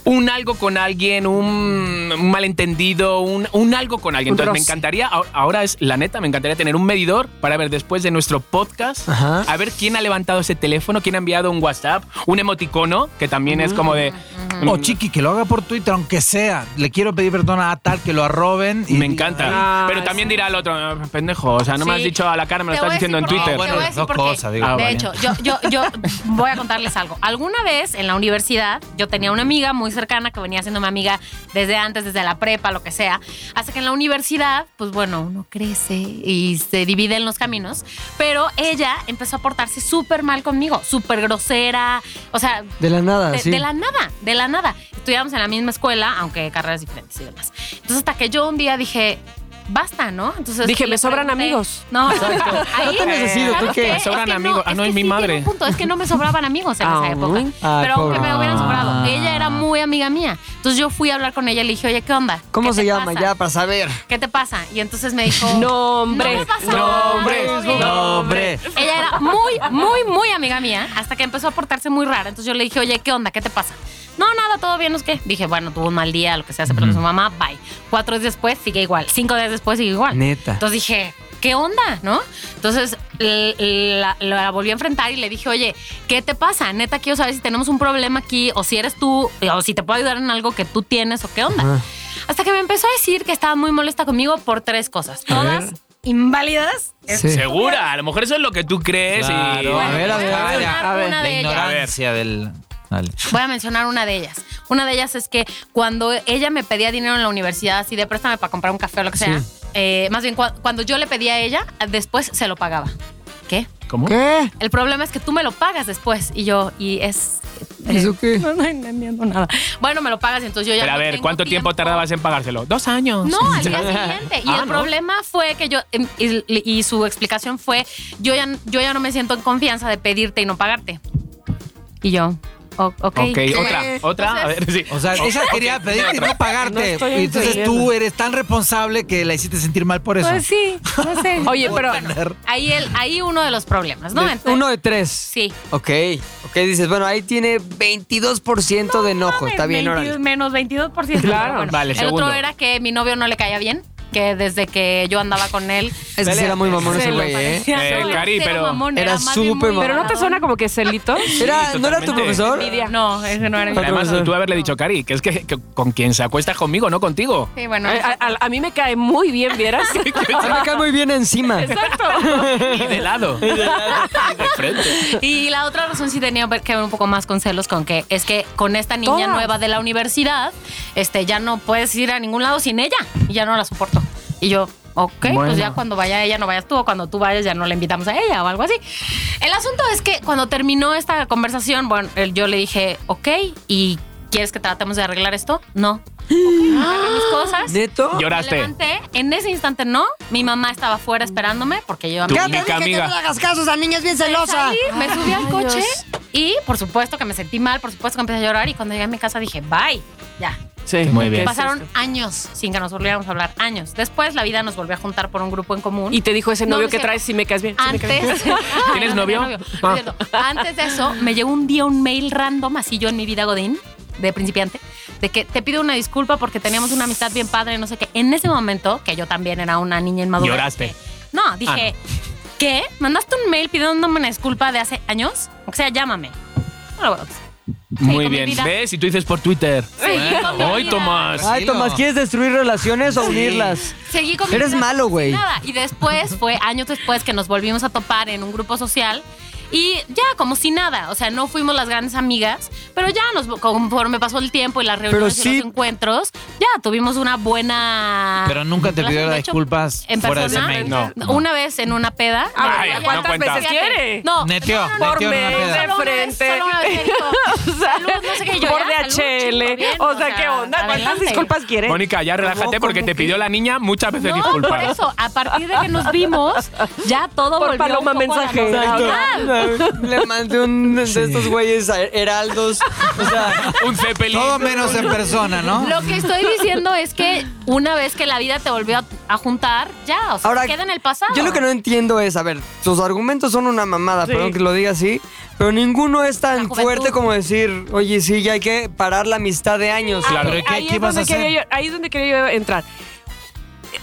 S3: un algo con alguien, un, un malentendido, un, un algo con alguien.
S2: Un
S3: Entonces, me
S2: roce.
S3: encantaría, ahor- ahora es la neta, me encantaría tener un medidor para ver después de nuestro podcast,
S5: Ajá.
S3: a ver quién ha levantado ese teléfono, quién ha enviado un WhatsApp, un emoticono, que también es como de...
S4: Mm.
S3: "Mm,
S4: O Chiqui, que lo haga por Twitter, aunque sea. Le quiero pedir perdón a tal que lo arroben. y-
S3: Me encanta.
S2: Ah,
S3: Pero también dirá el otro, "Ah, pendejo, o sea, no me has
S1: Sí.
S3: dicho a la cara, me lo
S1: Te
S3: estás
S1: voy a
S3: diciendo en
S1: decir por qué, te
S3: Twitter.
S1: voy a
S4: Bueno,
S1: decir
S4: dos
S1: por qué.
S4: cosas, digo.
S3: Ah,
S1: de
S3: vale.
S1: hecho, yo, yo, yo voy a contarles algo. Alguna vez en la universidad, yo tenía una amiga muy cercana que venía siendo mi amiga desde antes, desde la prepa, lo que sea. Hasta que en la universidad, pues bueno, uno crece y se divide en los caminos. Pero ella empezó a portarse súper mal conmigo, súper grosera. O sea,
S5: De la nada,
S1: de,
S5: Ah, sí.
S1: de la nada, de la nada. Estudiábamos en la misma escuela, aunque carreras diferentes y demás. Entonces, hasta que yo un día dije, basta, ¿no? Entonces
S2: Dije,
S1: le
S2: me sobran
S1: pregunté-
S2: amigos.
S1: No,
S5: No te necesito, ¿tú
S1: ¿sabes
S5: qué?
S1: qué?
S5: Me
S1: Es
S3: sobran
S1: que no,
S3: amigos. Ah, no, es mi
S1: sí tiene
S3: madre.
S1: un punto, es que no me sobraban amigos en
S2: Ah,
S1: esa época.
S2: ¿no?
S5: Ay,
S1: pero aunque
S5: pobre.
S1: me hubieran sobrado,
S4: Ah.
S1: ella era muy amiga mía. Entonces yo fui a hablar con ella y le dije, oye, ¿qué onda?
S5: ¿Cómo
S1: ¿Qué
S5: se
S1: te
S5: llama?
S1: pasa?
S5: Ya, para saber.
S1: ¿Qué te pasa? Y entonces me dijo,
S2: Nombre.
S1: No me pasa nada.
S3: Nombre.
S4: Nombre.
S1: Ella era muy, muy, muy amiga mía hasta que empezó a portarse muy rara. Entonces yo le dije, oye, ¿qué onda? ¿Qué te pasa? No, nada, todo bien, no es que. Dije, bueno, tuvo un mal día, lo que sea, se peleó con su mamá, bye. Cuatro días después sigue igual. Cinco días después sigue igual.
S5: Neta.
S1: Entonces dije, ¿qué onda? ¿No? Entonces l- la, la volví a enfrentar y le dije, oye, ¿qué te pasa? Neta, quiero saber si tenemos un problema aquí o si eres tú o si te puedo ayudar en algo que tú tienes o qué onda.
S3: Ah,
S5: Ajá.
S1: Hasta que me empezó a decir que estaba muy molesta conmigo por tres cosas. Todas inválidas.
S5: Sí.
S3: Segura, a lo mejor eso es lo que tú crees. y-
S4: Claro, a ver, a ver, a ver.
S1: mencionar
S2: a ver,
S1: una
S4: La
S1: de ellas.
S4: ignorancia del. Dale.
S1: Voy a mencionar una de ellas. Una de ellas es que cuando ella me pedía dinero en la universidad, así de préstame para comprar un café o lo que sea, eh, más bien cua- cuando yo le pedía a ella, después se lo pagaba. ¿Qué?
S3: ¿Cómo?
S5: ¿Qué?
S1: El problema es que tú me lo pagas después y yo, y es...
S5: ¿Eso qué?
S1: No, no entiendo nada. Bueno, me lo pagas y entonces yo ya...
S3: Pero a
S1: no
S3: ver,
S1: tengo
S3: ¿cuánto tiempo tardabas en pagárselo? Dos años.
S1: No, al día siguiente. Y
S3: Ah,
S1: el
S3: ¿no?
S1: problema fue que yo, em, y, y su explicación fue, yo ya, yo ya no me siento en confianza de pedirte y no pagarte. Y yo, o- ok.
S3: Ok, otra, otra. A ver, sí.
S4: O sea, ella quería pedirte y no
S2: No
S4: pagarte.
S2: estoy
S4: y entonces tú
S2: entendiendo.
S4: eres tan responsable que la hiciste sentir mal por eso.
S1: Pues sí, no sé.
S2: Oye, pero
S1: Ahí, el, ahí uno de los problemas, ¿no?
S5: De-
S1: Entonces-
S5: uno de tres.
S1: Sí.
S5: Ok. Ok, dices, bueno, ahí tiene 22% de enojo. Está bien,
S1: 20
S5: órale.
S1: Menos 22%.
S2: Claro.
S1: pero
S3: Vale,
S1: El
S3: segundo.
S1: otro era que mi novio no le caía bien, que desde que yo andaba con él...
S5: Es que sí era muy mamón
S2: Se
S5: ese
S2: lo
S5: güey, ¿eh?
S2: parecía.
S3: Eh,
S1: No,
S3: Cari,
S1: cero
S3: pero-
S1: mamón,
S5: Era
S1: más bien
S5: súper
S1: muy
S5: mamón.
S2: ¿Pero no te
S1: agradable.
S2: suena como que celito?
S5: Era- ¿No era tu
S3: totalmente.
S5: profesor?
S1: Envidia. No, ese no era mi
S3: Pero además
S5: profesor.
S3: tú haberle dicho, Cari, que es que, que con quien se acuestas conmigo, no contigo.
S1: Sí, bueno.
S2: A, a- a mí me cae muy bien, ¿vieras?
S5: Se me cae muy bien encima.
S3: Y de lado. Y de frente.
S1: Y la otra razón sí tenía que ver un poco más con celos, con que es que con esta niña
S2: Todas.
S1: nueva de la universidad, este, ya no puedes ir a ningún lado sin ella. Y ya no la soporto. Y yo, ok,
S3: Bueno.
S1: pues ya cuando vaya ella no vayas tú, o cuando tú vayas ya no la invitamos a ella o algo así. El asunto es que cuando terminó esta conversación, bueno, él- yo le dije, ok, ¿y quieres que tratemos de arreglar esto? No. Ok, agarré mis cosas.
S5: ¿Neto?
S1: Me
S3: Lloraste.
S1: levanté. En ese instante no. Mi mamá estaba afuera esperándome porque yo a
S3: Tu
S1: mi
S3: única amiga.
S5: hagas caso, esa niña es bien
S1: salí, me subí al coche y por supuesto que me sentí mal, por supuesto que empecé a llorar y cuando llegué a mi casa dije, bye, ya.
S2: Sí,
S3: Muy bien.
S2: ¿qué es
S1: Pasaron
S2: esto?
S1: años sin que nos volviéramos a hablar, años. Después la vida nos volvió a juntar por un grupo en común.
S2: Y te dijo ese
S1: No,
S2: novio
S1: no
S2: que
S1: sé. Ah,
S2: traes si me caes bien. sí me caes bien.
S1: antes,
S3: ¿Tienes
S1: Ay, no
S3: novio?
S1: tenía
S2: Ah.
S1: No es cierto. Antes de eso, me llegó un día un mail random, así yo en mi vida Godín, de principiante, de que te pido una disculpa porque teníamos una amistad bien padre, no sé qué. En ese momento, que yo también era una niña inmadura.
S3: Lloraste.
S1: No, dije, ¿qué? ¿Mandaste un mail pidiéndome una disculpa de hace años? O sea, llámame. No lo voy a contestar.
S3: Muy
S1: con mi
S3: bien.
S1: vida.
S3: ¿Ves? Y tú dices por Twitter.
S1: Seguí con mi
S3: Hoy,
S1: vida.
S3: Tomás.
S5: Ay, Tomás, ¿quieres destruir relaciones o unirlas?
S1: Seguí con mi
S5: Eres
S1: vida
S5: malo, güey.
S1: nada. Y después fue años después que nos volvimos a topar en un grupo social. Y ya, como si nada, o sea, no fuimos las grandes amigas, pero ya nos, conforme pasó el tiempo y las reuniones
S5: sí-
S1: y los encuentros, ya tuvimos una buena...
S4: Pero nunca te
S1: relación.
S4: pidió
S1: De
S4: las
S1: hecho,
S4: disculpas
S1: en
S4: fuera de ese
S1: persona,
S4: mail.
S3: No.
S1: Una vez en una peda.
S2: A ver,
S3: Ay, no
S2: Ah, ¿cuántas
S3: cuenta.
S2: veces quiere?
S1: No,
S4: Neteó,
S1: no, no, no,
S2: Por
S4: neteó en
S2: mail
S4: una peda.
S2: de
S1: Solo una vez,
S2: frente.
S1: solo una vez me dijo,
S2: O sea,
S1: "Salud", no sé qué, yo,
S2: Por
S1: ya, salud,
S2: DHL.
S1: chico, bien,
S2: o sea,
S1: o
S2: ¿qué
S1: sea,
S2: onda? ¿Cuántas
S1: adelante.
S2: disculpas quieres?
S3: Mónica, ya relájate
S2: ¿Cómo,
S3: porque
S2: cómo
S3: te
S2: que?
S3: pidió la niña muchas veces
S1: No,
S3: disculpas.
S1: por eso, a partir de que nos vimos, ya todo
S2: Por
S1: volvió
S2: paloma
S1: un poco a la
S2: mensajera.
S1: normalidad.
S5: Le mandé un de estos güeyes a- heraldos. O sea,
S3: Un Zeppelin.
S4: Todo menos en persona, ¿no?
S1: Lo que estoy diciendo es que una vez que la vida te volvió a, a juntar, ya, o sea,
S5: ahora.
S1: queda en el pasado.
S5: Yo lo que no entiendo es, a ver, sus argumentos son una mamada,
S2: Sí.
S5: perdón que lo diga así, pero ninguno es
S1: La
S5: tan
S1: juventud.
S5: fuerte como decir, oye, sí, ya hay que parar la amistad de años.
S2: Ah,
S3: Claro.
S4: Pero ¿qué,
S2: ahí,
S4: qué
S2: es
S4: vas a
S2: donde
S4: hacer?
S2: quería yo, ahí es donde quería yo entrar.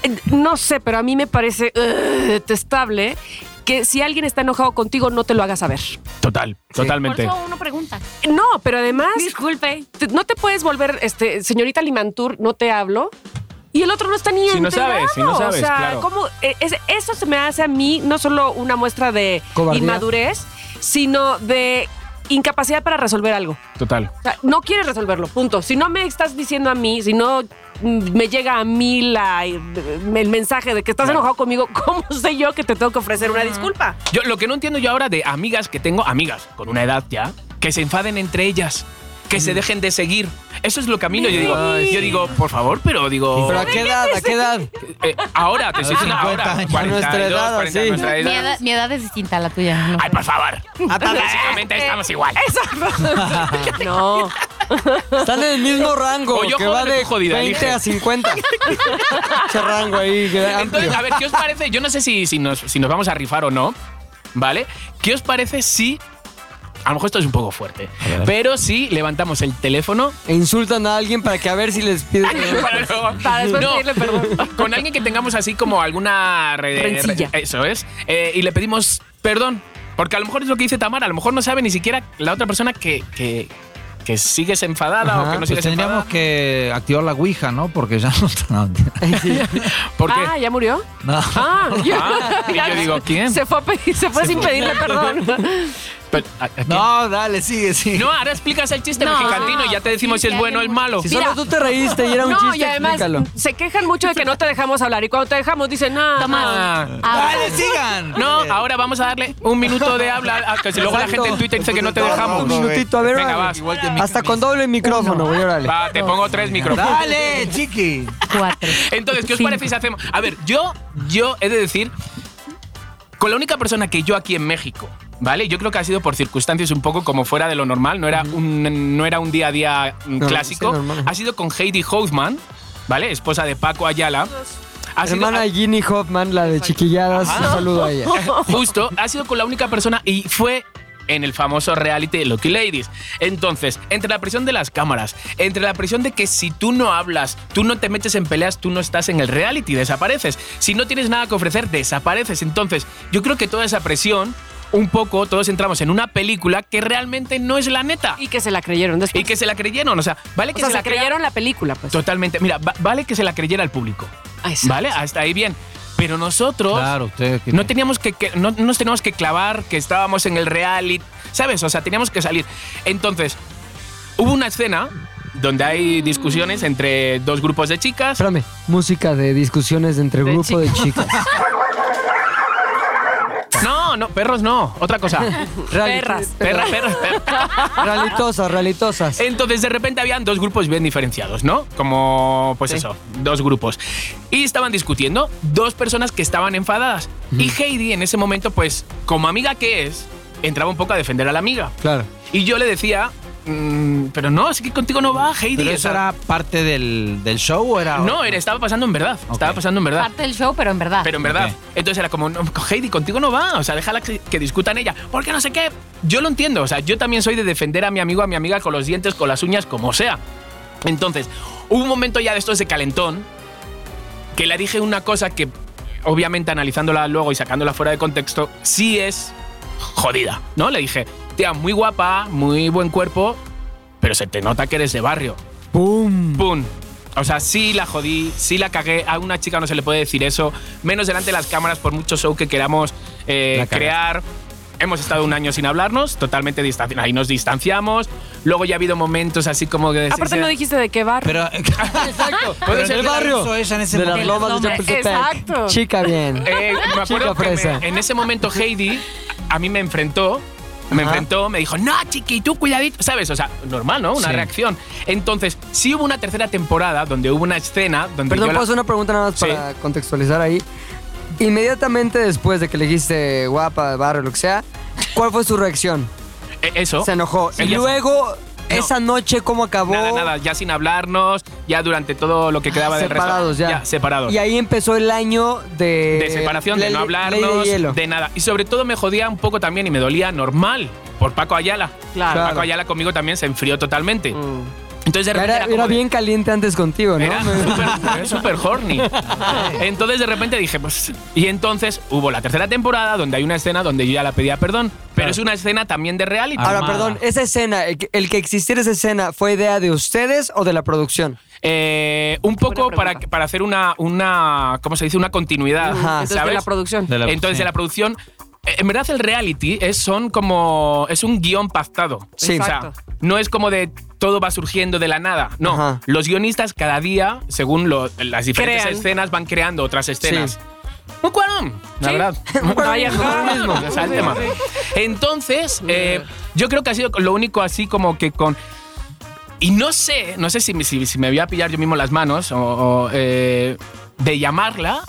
S2: Eh, No sé, pero a mí me parece eh, detestable que si alguien está enojado contigo, no te lo hagas saber.
S3: Total,
S1: Por
S3: totalmente.
S1: eso uno pregunta.
S2: No, pero además,
S1: Disculpe.
S2: te- no te puedes volver, este, señorita Limantur, no te hablo. Y el otro no está ni
S3: Si no
S2: enterado.
S3: sabes, si no sabes,
S2: o sea,
S3: claro.
S2: ¿cómo? Eh, es- eso se me hace a mí no solo una muestra de
S5: Cobardía.
S2: inmadurez, sino de incapacidad para resolver algo.
S3: Total.
S2: O sea, no quieres resolverlo, punto. Si no me estás diciendo a mí, si no mm, me llega a mí la, el mensaje de que estás enojado conmigo, ¿cómo sé yo que te tengo que ofrecer una disculpa?
S3: Yo, lo que no entiendo yo ahora de amigas que tengo, amigas con una edad ya, que se enfaden entre ellas. que
S5: Mm.
S3: se dejen de seguir. Eso es lo que a mí no yo digo. Yo digo, por favor, pero digo.
S5: Pero a qué edad, a qué edad.
S3: eh, ahora, te estoy diciendo
S4: 50
S3: ahora.
S4: años.
S3: 42,
S5: Nuestra edad,
S3: 40,
S5: sí.
S3: nuestra
S1: Mi
S3: edad.
S1: edad, mi edad es distinta a la tuya. no
S3: Ay,
S1: sé.
S3: por favor.
S5: Ah,
S3: Básicamente estamos igual.
S2: Exacto. No.
S5: Están en el mismo rango,
S3: O yo
S5: que va
S3: jódete
S5: de
S3: tú, jodida,
S5: 20 a
S3: elige.
S5: 50. Ese rango ahí, que amplio.
S3: Entonces, a ver, ¿qué os parece? Yo no sé si, si, nos, si nos vamos a rifar o no, ¿vale? ¿Qué os parece si... A lo mejor esto es un poco fuerte, pero si levantamos el teléfono...
S5: E insultan a alguien para que a ver si les piden.
S3: Para, luego-
S2: Para después pedirle perdón.
S3: Con alguien que tengamos así como alguna... re-
S2: Rencilla.
S3: re- eso es. eh, y le pedimos perdón. Porque a lo mejor es lo que dice Tamara, a lo mejor no sabe ni siquiera la otra persona que... que que sigues enfadada
S5: Ajá,
S3: o que no
S5: pues
S3: sigues
S4: Pues tendríamos
S3: enfadada.
S4: que activar la Ouija, ¿no? Porque ya no está. No, mentira.
S3: ¿Por qué?
S2: Ah, ¿ya murió?
S4: No.
S2: Ah, yo,
S3: Ah, y yo digo, ¿quién?
S2: Se fue, a pedir- se fue
S3: Se
S2: sin
S3: fue.
S2: pedirle perdón.
S3: Pero, ¿a- a quién?
S4: No, dale, sigue, sigue.
S3: No, ahora explicas el chiste
S1: No.
S3: mexicantino y ya te decimos si es bueno o es malo.
S5: Si
S2: Mira.
S5: solo tú te reíste y era un
S2: no,
S5: chiste,
S2: y además
S5: explícalo.
S2: se quejan mucho de que no te dejamos hablar. Y cuando te dejamos, dicen, no,
S1: Tomás.
S3: Ah.
S1: ahora-
S4: Dale, sigan.
S3: No, ahora vamos a darle un minuto de habla, a- que si luego la
S5: Exacto.
S3: gente en Twitter dice que no te
S4: No,
S5: Un
S4: no,
S3: dejamos.
S4: no.
S5: minutito, a ver,
S3: eh. Venga,
S5: órale.
S3: vas.
S4: Igual que mi
S5: Hasta
S4: camisa.
S5: con doble micrófono, güey, órale.
S3: Va, te pongo tres micrófonos.
S4: Dale, chiqui.
S1: Cuatro.
S3: Entonces, ¿qué os
S1: Cinco.
S3: parece si hacemos? A ver, yo, yo he de decir, con la única persona que yo aquí en México, ¿vale? Yo creo que ha sido por circunstancias un poco como fuera de lo normal, no era un, no era un día a día mm,
S5: No,
S3: clásico.
S5: sí, normal.
S3: ha sido con Heidi Hoffman, ¿vale? Esposa de Paco Ayala. Ha sido-
S5: Hermana Ginny Hoffman, la de chiquilladas, un
S3: Ajá.
S5: saludo a ella.
S3: Justo, ha sido con la única persona y fue en el famoso reality Lucky Ladies. Entonces, entre la presión de las cámaras, entre la presión de que si tú no hablas, tú no te metes en peleas, tú no estás en el reality, desapareces. Si no tienes nada que ofrecer, desapareces. Entonces, yo creo que toda esa presión, un poco, todos entramos en una película que realmente no es la neta.
S2: Y que se la creyeron después.
S3: Y que se la creyeron, o sea, vale
S2: o
S3: que
S2: sea,
S3: se,
S2: se,
S3: la crea-
S2: creyeron la película, pues.
S3: Totalmente, mira, va- vale que se la creyera el público,
S2: Ah, exacto.
S3: ¿vale? Hasta ahí bien. Pero nosotros,
S4: Claro, ustedes. que-
S3: no teníamos que, que- no nos teníamos que clavar que estábamos en el reality, ¿sabes? O sea, teníamos que salir. Entonces, hubo una escena donde hay discusiones entre dos grupos de chicas.
S5: Espérame, música de discusiones entre
S2: De
S5: grupo de chicas.
S3: No, no, perros no, otra cosa.
S5: Reali-
S2: Perras.
S3: Perras, perros, perras.
S5: Realitosas, realitosas.
S3: Entonces, de repente habían dos grupos bien diferenciados, ¿no? Como, pues eso, dos grupos. Y estaban discutiendo dos personas que estaban enfadadas. Y Heidi, en ese momento, pues, como amiga que es, entraba un poco a defender a la amiga.
S5: Claro.
S3: Y yo le decía, mm, pero no, es que contigo no va, Heidi.
S4: ¿Pero
S3: o
S4: eso
S3: sea,
S4: era parte del, del show o era.?
S3: No, era- estaba pasando en verdad. Estaba
S4: Ok.
S3: pasando en verdad.
S1: Parte del show, pero en verdad.
S3: Pero en verdad.
S4: Ok.
S3: Entonces era como, no, Heidi, contigo no va. O sea, déjala que, que discutan ella. Porque no sé qué. Yo lo entiendo. O sea, yo también soy de defender a mi amigo, a mi amiga con los dientes, con las uñas, como sea. Entonces, hubo un momento ya de estos de calentón que le dije una cosa que, obviamente, analizándola luego y sacándola fuera de contexto, sí es jodida, ¿no? Le dije, tía, muy guapa, muy buen cuerpo, pero se te nota que eres de barrio.
S5: ¡Pum!
S3: ¡Pum! O sea, sí la jodí, sí la cagué. A una chica no se le puede decir eso. Menos delante de las cámaras, por mucho show que queramos eh,
S4: La cagaste.
S3: crear. Hemos estado un año sin hablarnos, totalmente distanciados. Ahí nos distanciamos. Luego ya ha habido momentos así como que.
S2: Aparte, no dijiste de qué bar.
S4: Pero.
S5: Exacto.
S3: Puede ser
S5: del
S3: que la
S5: barrio.
S4: hizo ella en ese
S5: de las
S4: momento.
S5: lomas
S1: Del
S5: de
S1: hombre.
S5: Chapultepec.
S2: Exacto.
S5: Chica bien.
S3: Eh, me acuerdo
S5: Chica
S3: que me-
S5: fresa.
S3: en ese momento Heidi a mí me enfrentó. Me
S5: Ajá.
S3: enfrentó, me dijo, no, chiqui, tú cuidadito. ¿Sabes? O sea, normal, ¿no? Una
S4: Sí.
S3: reacción. Entonces, sí hubo una tercera temporada donde hubo una escena donde.
S5: Perdón,
S3: yo
S5: puedo
S3: la-
S5: hacer una pregunta nada más
S3: Sí.
S5: para contextualizar ahí. Inmediatamente después de que le dijiste guapa, barrio, lo que sea, ¿cuál fue su reacción?
S3: Eh, Eso.
S5: Se enojó.
S3: Sí,
S5: Y
S3: ya sé.
S5: luego, esa noche, ¿cómo acabó?
S3: Nada, nada, ya sin hablarnos, ya durante todo lo que quedaba del resto.
S5: Ah, Separados ya.
S3: separados.
S5: Y ahí empezó el año de...
S3: de separación, de
S5: ley-
S3: no
S5: Ley
S3: hablarnos,
S5: de hielo.
S3: nada. Y sobre todo me jodía un poco también y me dolía normal por Paco Ayala.
S2: Claro.
S3: Paco Ayala conmigo también se enfrió totalmente. Entonces de
S5: Mm. Era,
S3: repente era, como
S5: era
S3: de-
S5: bien caliente antes contigo, ¿no?
S3: Era súper- súper horny. Entonces de repente dije, pues... Y entonces hubo la tercera temporada donde hay una escena donde yo ya la pedía perdón, pero es una escena también de reality.
S5: Ahora,
S4: Armada.
S5: perdón, esa escena, el que, el que existiera esa escena, ¿fue idea de ustedes o de la producción?
S3: Eh, un poco
S2: pregunta.
S3: para, para hacer una, una, ¿cómo se dice? Una continuidad,
S5: Ajá.
S2: Entonces, de
S3: ¿sabes?
S2: la producción.
S4: De la-
S3: Entonces,
S4: sí.
S3: de la producción. eh, En verdad, el reality es, son como, es un guión pactado.
S5: Sí.
S3: O sea,
S2: Exacto.
S3: no es como de todo va surgiendo de la nada. No,
S5: Ajá.
S3: los guionistas cada día, según lo- las diferentes
S2: Crean.
S3: escenas, van creando otras escenas.
S5: Sí.
S3: Un cuarón, la
S2: Sí.
S3: verdad.
S2: Un cuarón. Ay, ajá.
S3: Un cuarón, o sea, el tema. Entonces, eh, yo creo que ha sido lo único así como que con... Y no sé, no sé si, me- si- si me voy a pillar yo mismo las manos o, o, eh, de llamarla.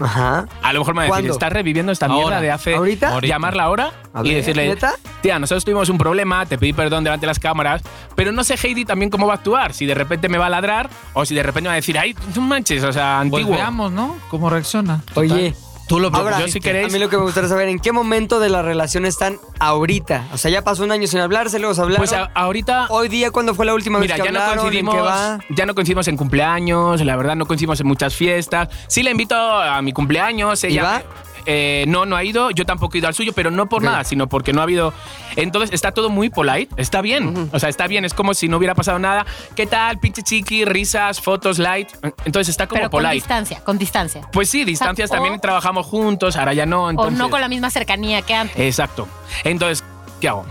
S5: Ajá.
S3: A lo mejor me va a decir,
S5: ¿Cuándo?
S3: estás reviviendo esta
S6: Ahora.
S3: mierda de hace.
S5: ¿Ahorita?
S6: Ahorita.
S3: Llamarla ahora
S5: A
S3: y
S5: ver,
S3: decirle,
S5: ¿neta?
S3: tía, nosotros tuvimos un problema, te pedí perdón delante de las cámaras, pero no sé Heidi también cómo va a actuar. Si de repente me va a ladrar o si de repente va a decir, ay, tú manches, o sea,
S4: Pues
S3: antiguo.
S4: veamos, ¿no? ¿Cómo reacciona?
S5: Oye.
S4: Tú lo
S5: Ahora,
S3: yo si queréis-
S5: a mí lo que me gustaría saber, ¿en qué momento de la relación están ahorita? O sea, ya pasó un año sin hablarse, luego se hablaron.
S3: Pues a- ahorita
S5: Hoy día, ¿cuándo fue la última
S3: Mira,
S5: vez
S3: ya
S5: que
S3: no,
S5: hablaron? ¿En qué
S3: coincidimos,
S5: va?
S3: ya no coincidimos en cumpleaños, la verdad no coincidimos en muchas fiestas. Sí la invito a mi cumpleaños, ella...
S5: va?
S3: eh, no, no ha ido, yo tampoco he ido al suyo, pero no por
S5: Ok.
S3: nada, sino porque no ha habido... Entonces está todo muy polite, está bien, o sea, está bien, es como si no hubiera pasado nada. ¿Qué tal, pinche chiqui, risas, fotos, light? Entonces está como
S1: Pero con
S3: polite.
S1: distancia, con distancia.
S3: Pues sí,
S1: O
S3: distancias
S1: sea,
S3: también
S1: o-
S3: trabajamos juntos, ahora ya no,
S1: O
S3: entonces...
S1: no con la misma cercanía que antes.
S3: Exacto. Entonces, ¿qué hago?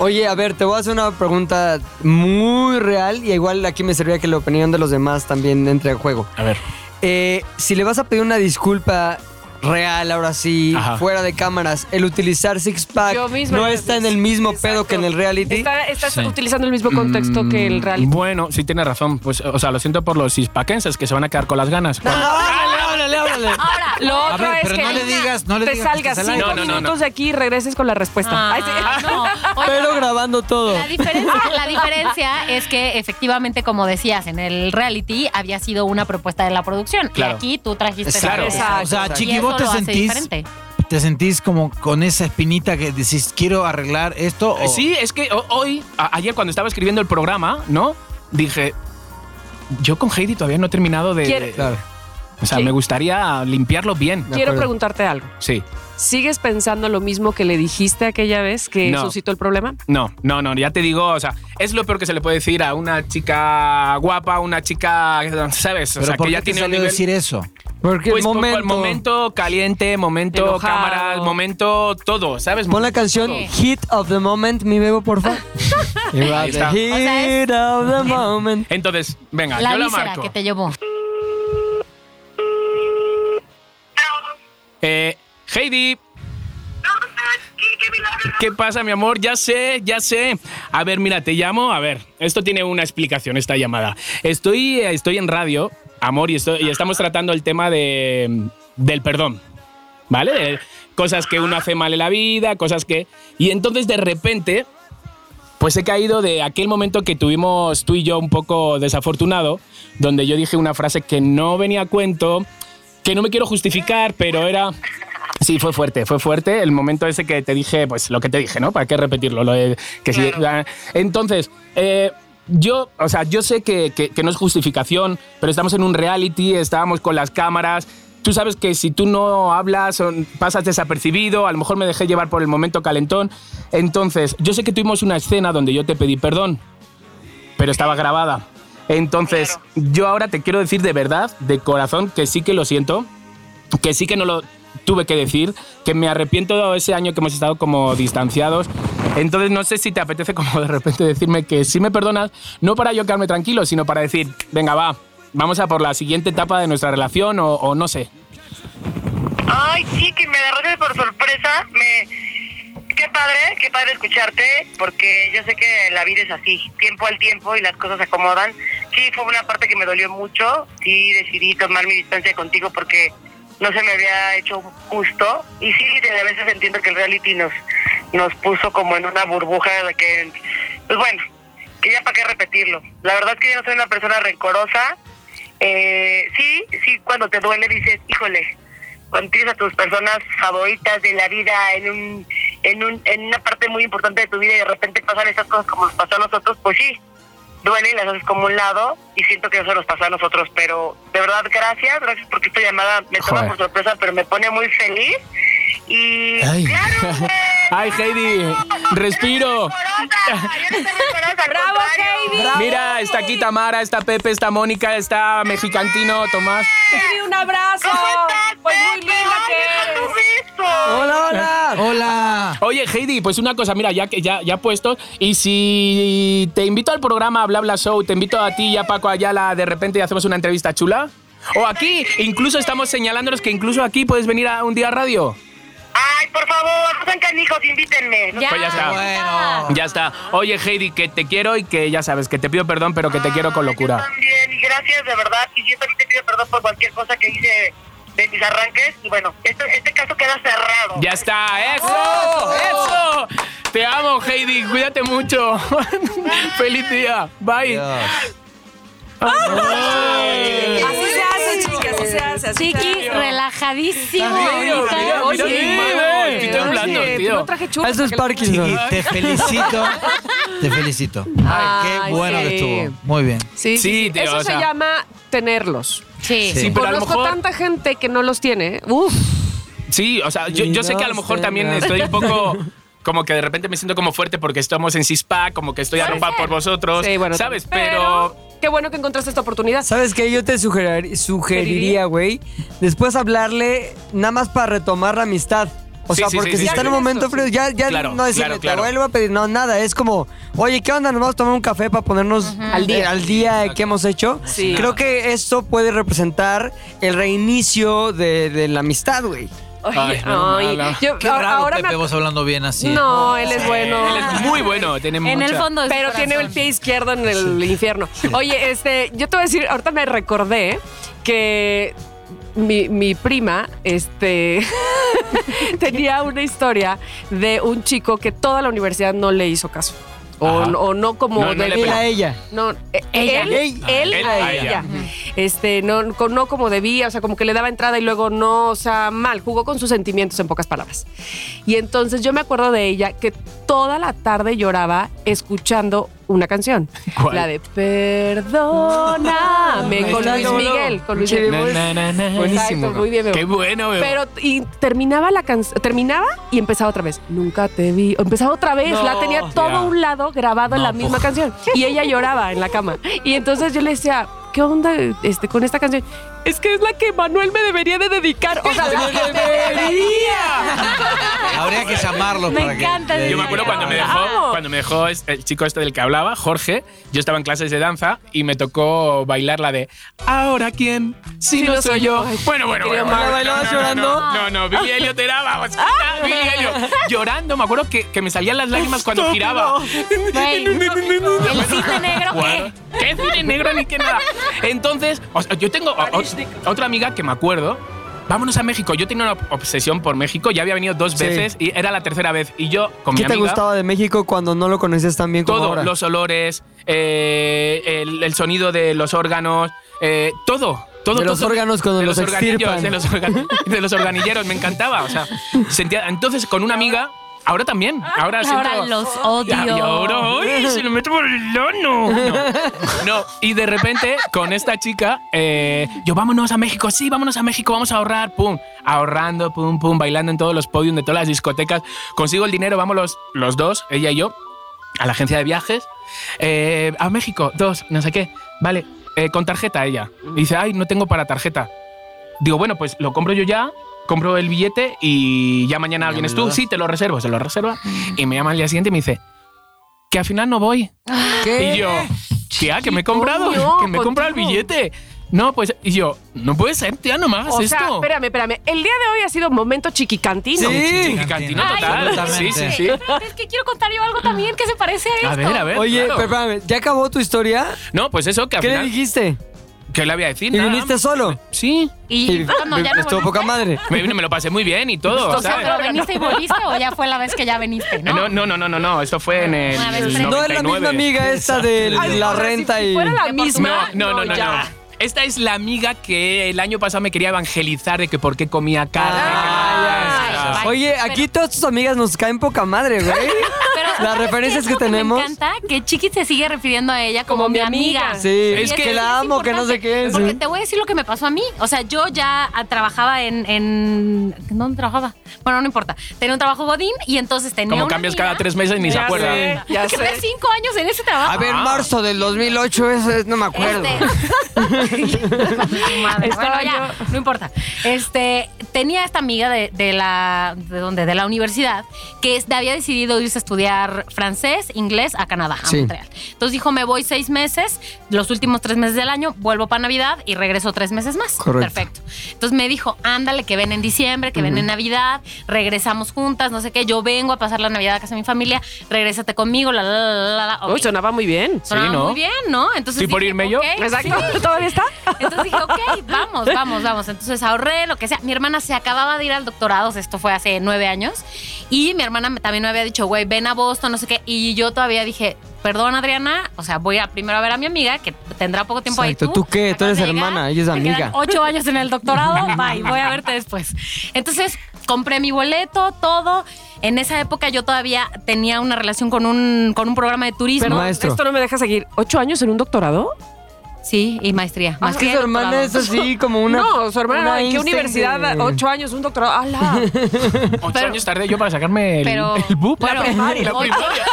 S5: Oye, a ver, te voy a hacer una pregunta muy real y igual aquí me serviría que la opinión de los demás también entre en juego.
S3: A ver.
S5: Eh, si le vas a pedir una disculpa real, ahora sí,
S3: Ajá.
S5: fuera de cámaras, el utilizar Six Pack
S2: Yo misma
S5: no
S2: lo
S5: está en
S2: hice.
S5: el mismo
S2: Exacto.
S5: pedo que en el reality.
S2: Está- Estás
S6: Sí.
S2: utilizando el mismo contexto que el reality.
S3: Mm, Bueno, sí tienes razón. Pues, o sea, lo siento por los hispaquenses que se van a quedar con las ganas.
S5: háblale, háblale.
S1: Ahora,
S2: Lo
S1: lo.
S4: A
S2: otro
S4: ver,
S2: es
S4: pero
S2: que
S4: no le digas- no le
S2: te
S4: digas que
S2: salgas
S4: estás al
S2: cinco
S3: aire. No, no, no,
S2: minutos de aquí y regreses con la respuesta. Ay, sí.
S1: Ah, no. Oye,
S5: Pero grabando todo.
S1: La diferencia, la diferencia es que efectivamente, como decías, en el reality había sido una propuesta de la producción.
S3: Claro.
S1: Y aquí tú trajiste
S3: Claro.
S1: esa
S4: O
S1: propuesta.
S4: sea,
S5: Exacto.
S1: Y
S4: Chiqui,
S1: eso
S4: vos te
S1: lo hace
S4: sentís,
S1: diferente.
S4: te sentís como con esa espinita que decís, quiero arreglar esto. o-
S3: Ah, Eh, Sí, es que ho- hoy, a- ayer cuando estaba escribiendo el programa, ¿no? Dije, yo con Heidi todavía no he terminado de...
S2: Quiere-
S5: Claro.
S3: O sea,
S2: Sí.
S3: me gustaría limpiarlo bien.
S5: De
S2: Quiero
S5: acuerdo.
S2: preguntarte algo.
S3: Sí.
S2: ¿Sigues pensando lo mismo que le dijiste aquella vez que
S3: No.
S2: suscitó el problema?
S3: No, no, no, ya te digo, o sea, es lo peor que se le puede decir a una chica guapa, una chica, ¿sabes? O
S4: Pero
S3: sea,
S4: ¿por
S3: que
S4: qué
S3: ya
S4: te
S3: tiene un
S4: salió
S3: nivel...
S4: decir eso?
S5: Porque
S3: Pues
S5: el
S3: poco-
S5: momento.
S3: momento caliente, momento
S2: Enojado.
S3: cámara, momento todo, ¿sabes?
S5: Pon la canción
S1: Sí.
S5: Hit of the Moment, mi bebo, por favor. You are
S3: está.
S5: the hit
S1: O sea,
S5: of the moment.
S3: Entonces, venga,
S1: La
S3: Ah, yo la
S1: víscera
S3: marco.
S1: que te llevó.
S3: Eh, Heidi. ¿Qué pasa, mi amor? Ya sé, ya sé. A ver, mira, te llamo. A ver, esto tiene una explicación, esta llamada. Estoy, eh, estoy en radio, amor, y, estoy- y estamos tratando el tema de, del perdón. ¿Vale? De cosas que uno hace mal en la vida, cosas que... Y entonces de repente, pues he caído de aquel momento que tuvimos tú y yo un poco desafortunado, donde yo dije una frase que no venía a cuento, que no me quiero justificar, pero era... Sí, fue fuerte, fue fuerte el momento ese que te dije, pues lo que te dije, ¿no? ¿Para qué repetirlo? Lo de- que sí- ah, Entonces, eh, yo, o sea, yo sé que, que- que no es justificación, pero estamos en un reality, estábamos con las cámaras. Tú sabes que si tú no hablas, o pasas desapercibido, a lo mejor me dejé llevar por el momento calentón. Entonces, yo sé que tuvimos una escena donde yo te pedí perdón, pero estaba grabada. Entonces, yo ahora te quiero decir de verdad, de corazón, que sí que lo siento, que sí que no lo tuve que decir, que me arrepiento de ese año que hemos estado como distanciados. Entonces no sé si te apetece como de repente decirme que si me perdonas, no para yo quedarme tranquilo, sino para decir, venga, va, vamos a por la siguiente etapa de nuestra relación o, o no sé.
S7: Ay, sí, que me agarraste por sorpresa. Me... Qué padre, qué padre escucharte, porque yo sé que la vida es así, tiempo al tiempo y las cosas se acomodan. Sí, fue una parte que me dolió mucho. Sí, decidí tomar mi distancia contigo porque no se me había hecho justo. Y sí, de a veces entiendo que el reality nos, nos puso como en una burbuja de la que, pues bueno, que ya para qué repetirlo. La verdad es que yo no soy una persona rencorosa. Eh, sí, sí, cuando te duele dices, híjole, cuando tienes a tus personas favoritas de la vida en un, en un en una parte muy importante de tu vida y de repente pasan esas cosas como nos pasó a nosotros, pues sí, duele y las haces como un lado y siento que eso nos pasó a nosotros, pero de verdad gracias, gracias porque esta llamada me toma
S3: Joder.
S7: por sorpresa, pero me pone muy feliz y
S3: Ay.
S7: claro, güey,
S3: Ay, Heidi, respiro.
S7: yo no soy rencorosa, yo no soy rencorosa, al
S2: ¡Bravo,
S7: contrario.
S2: Heidi!
S3: Mira, está aquí Tamara, está Pepe, está Mónica, está Mexicantino, Tomás.
S2: Heidi, un abrazo!
S7: ¿Cómo estás,
S2: Pues muy
S7: Pepe?
S2: linda
S7: Ay,
S2: que
S7: deja tu
S2: eres.
S7: beso.
S5: Hola, hola.
S4: Hola.
S3: Oye, Heidi, pues una cosa, mira, ya que ya, ya puesto, y si te invito al programa Bla Bla Show, te invito a ti y a Paco Ayala, de repente y hacemos una entrevista chula. O aquí, incluso estamos señalándonos que incluso aquí puedes venir a un día a radio.
S7: Ay, Ay, por favor, no sean canijos, invítenme.
S1: Ya,
S3: Pues ya está.
S1: ya.
S4: Bueno.
S3: Ya está. Oye, Heidi, que te quiero y que ya sabes, que te pido perdón, pero que te quiero con
S7: Yo
S3: locura.
S7: también, y gracias de verdad. Y yo también te pido perdón por cualquier cosa que hice de mis arranques. Y bueno, este, este caso queda cerrado.
S3: Ya está. ¡Eso! ¡Eso! Te amo, Heidi. Cuídate mucho. Feliz día. Bye. Ay.
S2: Así se hace, chicas, así se hace. así se hace.
S1: Chiqui, relajadísimo.
S3: Mira,
S1: ahorita.
S3: mira, mira
S1: Sí.
S3: mi madre. Estoy
S2: Oye,
S3: temblando, tío.
S2: No traje churros.
S5: Eso es
S2: porque-
S5: Parkinson.
S4: Chiqui, te felicito. Te felicito.
S2: Ay,
S4: Qué bueno
S2: sí.
S4: que estuvo. Muy bien.
S2: Sí,
S3: Sí,
S2: sí, sí.
S3: tío,
S2: Eso
S3: o
S2: se
S3: sea-
S2: llama tenerlos.
S1: Sí.
S4: Sí.
S3: Pero a lo
S2: Conozco
S3: mejor-
S2: tanta gente que no los tiene. ¿eh? Uf.
S3: Sí, o sea, yo, yo sé que a lo mejor también estoy un poco. Como que de repente me siento como fuerte porque estamos en CISPA, como que estoy
S2: Puede
S3: arropado
S2: ser.
S3: por vosotros.
S2: Sí, bueno,
S3: ¿Sabes? Pero.
S2: Qué bueno que encontraste esta oportunidad.
S5: ¿Sabes qué? Yo te sugerir- sugeriría, güey, después hablarle nada más para retomar la amistad. O
S3: Sí,
S5: sea,
S3: sí,
S5: porque
S3: sí,
S5: si
S3: sí,
S5: está en
S3: sí.
S5: un momento frío, ya, ya
S3: Claro,
S5: no decirle,
S3: claro, claro.
S5: te vuelvo a pedir, no, nada. Es como, oye, ¿qué onda? Nos vamos a tomar un café para ponernos al día, al día que hemos hecho.
S2: Sí.
S5: Creo que esto puede representar el reinicio de, de la amistad, güey.
S3: Ay, no, mala.
S2: yo-
S4: Qué
S2: a-
S4: raro,
S2: ahora me
S4: Pepe,
S2: ac-
S4: vos hablando bien así.
S2: No, él es bueno.
S3: Él es muy bueno. Tiene
S1: En el fondo de su
S2: Pero tiene el
S1: corazón.
S2: pie izquierdo en el infierno. Oye, este, yo te voy a decir, ahorita me recordé que mi, mi prima, este, tenía una historia de un chico que toda la universidad no le hizo caso. O,
S3: Ajá.
S2: o no como
S3: No, no
S2: de-
S3: le
S5: Él
S3: Pero-
S5: a ella.
S2: no, eh,
S1: Ella.
S2: él,
S5: Ey.
S2: él
S3: Él
S2: a
S3: a
S2: ella.
S3: ella.
S2: Este, no, con- no como debía, o sea, como que le daba entrada y luego no, o sea, mal, jugó con sus sentimientos en pocas palabras. Y entonces yo me acuerdo de ella que toda la tarde lloraba escuchando una canción.
S3: ¿Cuál?
S2: La de Perdóname con
S5: Está
S2: Luis
S5: como no.
S2: Miguel. Con Luis
S5: Sí,
S2: Miguel.
S3: Na, na, na, na.
S2: Exacto, muy bien, Bebo.
S3: Qué bueno, Bebo.
S2: Pero y terminaba la canción, terminaba y empezaba otra vez. Nunca te vi. Empezaba otra vez.
S3: No,
S2: la tenía todo
S3: ya.
S2: un lado grabado en
S4: No,
S2: la misma
S4: po.
S2: canción. Y ella lloraba en la cama. Y entonces yo le decía, ¿qué onda este, con esta canción? Es que es la que Manuel me debería de dedicar. O sea, la que debería.
S4: Habría que llamarlo
S1: Me
S4: para
S1: encanta
S4: que.
S1: el
S3: Yo me acuerdo cuando me
S2: Amo.
S3: dejó, cuando me dejó es- el chico este del que hablaba, Jorge. Yo estaba en clases de danza y me tocó bailar la de Ahora quién, si, no, soy yo. Bueno, bueno, bueno.
S5: ¿La
S3: bueno,
S5: bailabas
S3: no, no,
S5: llorando?
S3: No, no, no, Billy Elliot era, vamos, Billy Elliot. Llorando, me acuerdo que, que me salían las lágrimas cuando giraba.
S1: Güey, el cisne negro, ¿qué?
S3: What? ¿Qué cine negro ni qué nada? Entonces, o sea, yo tengo o- o- otra amiga que me acuerdo. Vámonos a México. Yo tenía una obsesión por México. Ya había venido dos
S5: Sí.
S3: veces y era la tercera vez. Y yo con
S5: ¿Qué
S3: mi
S5: te
S3: amiga.
S5: gustaba de México cuando no lo conocías tan bien como
S3: Todo,
S5: ahora?
S3: los olores, eh, el, el sonido de los órganos, eh, todo. Todo,
S5: De los
S3: todo.
S5: órganos cuando
S3: de
S5: los extirpan.
S3: organillos, de los, organ- de los organilleros, me encantaba. O sea, sentía, entonces con una amiga, ahora también. Ahora,
S1: Ahora
S3: siento-
S1: los
S3: y
S1: odio.
S3: ahora, ¡ay! Se lo meto por el ano. No, no. Y de repente, con esta chica, eh, yo, vámonos a México, sí, vámonos a México, vamos a ahorrar, pum. Ahorrando, pum, pum, bailando en todos los podios de todas las discotecas. Consigo el dinero, vamos los, los dos, ella y yo, a la agencia de viajes. Eh, a México, dos, no sé qué. Vale, eh, con tarjeta ella. Y dice, ay, no tengo para tarjeta. Digo, bueno, pues lo compro yo ya, compro el billete y ya mañana
S4: Ya me
S3: vienes
S4: lo
S3: tú.
S4: das.
S3: Sí, te lo reservo, se lo reserva. Y me llama al día siguiente y me dice, que al final no voy.
S5: ¿Qué?
S3: Y yo, tía, que me he comprado,
S2: coño,
S3: que me he comprado el
S2: contigo.
S3: billete. No, pues, y yo, no puede ser, tía, no me hagas
S2: O
S3: esto.
S2: sea, espérame, espérame. El día de hoy ha sido momento chiquicantino.
S5: Sí.
S3: Cantino
S1: Ay,
S3: total. Sí,
S4: absolutamente.
S3: sí, sí.
S1: Es que quiero contar yo algo también que se parece a esto.
S3: A ver, a ver.
S5: Oye,
S3: claro.
S5: pero espérame, ¿ya acabó tu historia?
S3: No, pues eso, que al
S5: ¿Qué le
S3: final.
S5: dijiste?
S3: ¿Qué le voy a decir?
S5: ¿Y
S3: Nada.
S5: viniste solo?
S3: Sí.
S1: Y cuando ya no
S5: Estuvo
S1: volviste.
S5: poca madre.
S3: Me, me lo pasé muy bien y todo.
S1: O sea,
S3: ¿sabes?
S1: pero veniste y volviste o ya fue la vez que ya veniste, ¿no?
S3: No, no, no, no, no, no, Eso fue en el.
S1: Una vez frente.
S5: No es
S3: 99.
S5: la misma amiga esta de
S2: Ay,
S5: la
S2: o sea,
S5: renta
S2: si
S5: y...
S2: fuera la
S1: No,
S2: misma.
S3: No, no, no, no,
S2: ya.
S3: no. Esta es la amiga que el año pasado me quería evangelizar de que por qué comía carne.
S5: Ah,
S3: que-
S1: ya, ya.
S5: Oye, aquí todas tus amigas nos caen poca madre, güey.
S1: Pero,
S5: Las
S1: ¿sabes qué
S5: referencias
S1: es
S5: que
S1: lo
S5: tenemos.
S1: Me encanta que Chiqui se sigue refiriendo a ella como, mi amiga.
S5: Sí,
S1: Y
S5: es
S1: eso
S5: que la amo, que no sé qué.
S1: importante,
S5: sí.
S1: Porque te voy a decir lo que me pasó a mí. O sea, yo ya ah, trabajaba en, en. ¿Dónde trabajaba? Bueno, no importa. Tenía un trabajo Godín y entonces tenía.
S3: Como
S1: una
S3: cambias
S1: amiga
S3: cada tres meses ni se
S2: Ya
S3: acuerda.
S2: sé. ya
S1: que tenía
S2: sé.
S1: cinco años en ese trabajo.
S5: A ver,
S3: Ah.
S5: marzo del 2008, eso es- no me acuerdo.
S1: Este. Madre,
S2: Estaba
S1: bueno, ya, no importa. Este, tenía esta amiga de, de la de dónde? de la universidad que es- había decidido irse a estudiar francés, inglés a Canadá, a
S5: Sí.
S1: Montreal. Entonces dijo, me voy seis meses, los últimos tres meses del año, vuelvo para Navidad y regreso tres meses más.
S5: Correcto.
S1: Perfecto. Entonces me dijo, ándale, que ven en diciembre, que ven en Navidad, regresamos juntas, no sé qué, yo vengo a pasar la Navidad a casa de mi familia, regrésate conmigo, la, la, la, la, la.
S2: Uy,
S1: Ok.
S2: sonaba muy bien.
S1: Sonaba
S3: Sí, ¿no?
S1: muy bien, ¿no? Entonces
S3: Sí, por
S1: dije,
S3: irme yo.
S1: ok,
S2: Exacto. ¿Todavía está?
S1: entonces dije, ok, vamos, vamos, vamos. Entonces ahorré lo que sea. Mi hermana se acababa de ir al doctorado, o sea, esto fue hace nueve años. Y mi hermana me- también me había dicho, güey, ven a Boston, no sé qué. Y yo todavía dije, perdón, Adriana, o sea, voy a primero a ver a mi amiga, que tendrá poco tiempo ahí.
S5: Exacto. ¿Tú qué? Tú
S1: acabas
S5: eres
S1: de llegar,
S5: hermana, ella es
S1: te quedan
S5: amiga.
S1: Ocho años en el doctorado, bye, voy a verte después. Entonces compré mi boleto, todo. En esa época yo todavía tenía una relación con un, con un programa de turismo.
S5: Pero maestro.
S2: Esto no me deja seguir. ¿Ocho años en un doctorado?
S1: Sí, y maestría.
S5: Más que
S1: maestría y
S5: su hermana
S1: doctorado.
S5: Ah, es así como una.
S2: no, su hermana,
S5: una
S2: ¿en qué
S5: Einstein
S2: universidad?
S5: de-
S2: Ocho años, un doctorado. ¡Hala!
S3: Ocho
S1: Pero-
S3: años tardé yo para sacarme el,
S1: pero
S3: el book.
S1: bueno,
S3: la primaria.
S1: ocho-
S3: La primaria.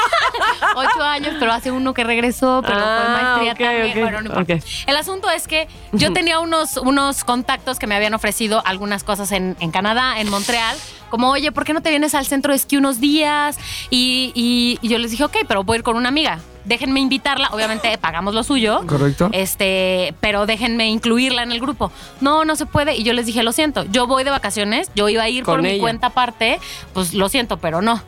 S1: ocho años, pero hace uno que regresó, pero fue
S2: Ah,
S1: maestría
S2: ok,
S1: también.
S2: ok,
S1: Bueno, no importa.
S2: ok.
S1: El asunto es que yo tenía unos, unos contactos que me habían ofrecido algunas cosas en, en Canadá, en Montreal, como, oye, ¿por qué no te vienes al centro de esquí unos días? Y, y- y yo les dije, ok, pero voy a ir con una amiga. Déjenme invitarla, obviamente pagamos lo suyo.
S5: Correcto.
S1: Este, pero déjenme incluirla en el grupo. No, no se puede. Y yo les dije, lo siento, yo voy de vacaciones, yo iba a ir
S2: Con
S1: por mi
S2: ella.
S1: cuenta aparte, pues lo siento, pero no.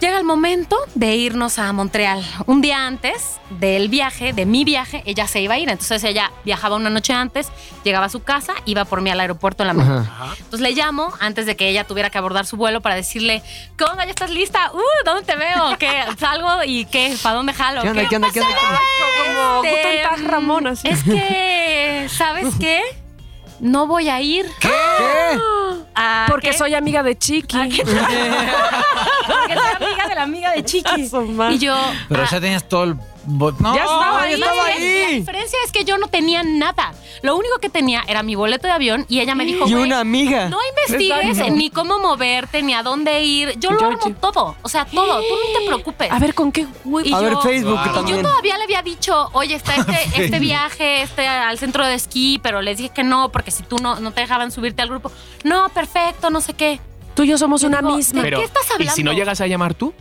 S1: Llega el momento de irnos a Montreal. Un día antes del viaje, de mi viaje, ella se iba a ir. Entonces ella viajaba una noche antes, llegaba a su casa, iba por mí al aeropuerto en la mañana.
S5: Ajá.
S1: Entonces le llamo antes de que ella tuviera que abordar su vuelo para decirle, ¿qué onda? ¿Ya estás lista? Uh, ¿Dónde te veo? ¿Qué? ¿Salgo? ¿Y qué? ¿Para dónde jalo?
S5: ¿Qué onda? ¿Qué onda? ¿Qué onda?
S2: Como
S1: Este,
S2: Guten Tag, Ramón, así.
S1: Es que, ¿sabes qué? No voy a ir.
S5: ¿Qué?
S1: a-
S2: Porque
S1: ¿qué?
S2: soy amiga de Chiqui.
S1: Porque soy amiga de la amiga de Chiqui. Y yo.
S4: Pero
S1: ah,
S4: ya tenías todo el... bo- No,
S2: Ya estaba
S1: Ay,
S2: ahí.
S1: la diferencia- La diferencia es que yo no tenía nada. Lo único que tenía era mi boleto de avión y ella me dijo,
S5: Y
S1: "Güey,
S5: una amiga.
S1: no investigues
S2: Exacto.
S1: ni cómo moverte, ni a dónde ir. Yo lo
S2: Georgie.
S1: armo todo. O sea, todo. Tú no te preocupes.
S2: A ver, ¿con qué
S1: Y
S2: huevo?
S5: A ver,
S1: yo-
S5: Facebook
S3: Wow.
S1: Y yo
S5: también.
S1: todavía le había dicho, oye, está este, este viaje este, al centro de esquí, pero les dije que no, porque si tú no, no te dejaban subirte al grupo. No, perfecto, no sé qué.
S2: Tú y yo somos una
S1: Digo,
S2: misma.
S1: ¿de
S3: Pero,
S1: qué estás
S3: ¿y si no
S1: hablando?
S3: llegas a llamar tú?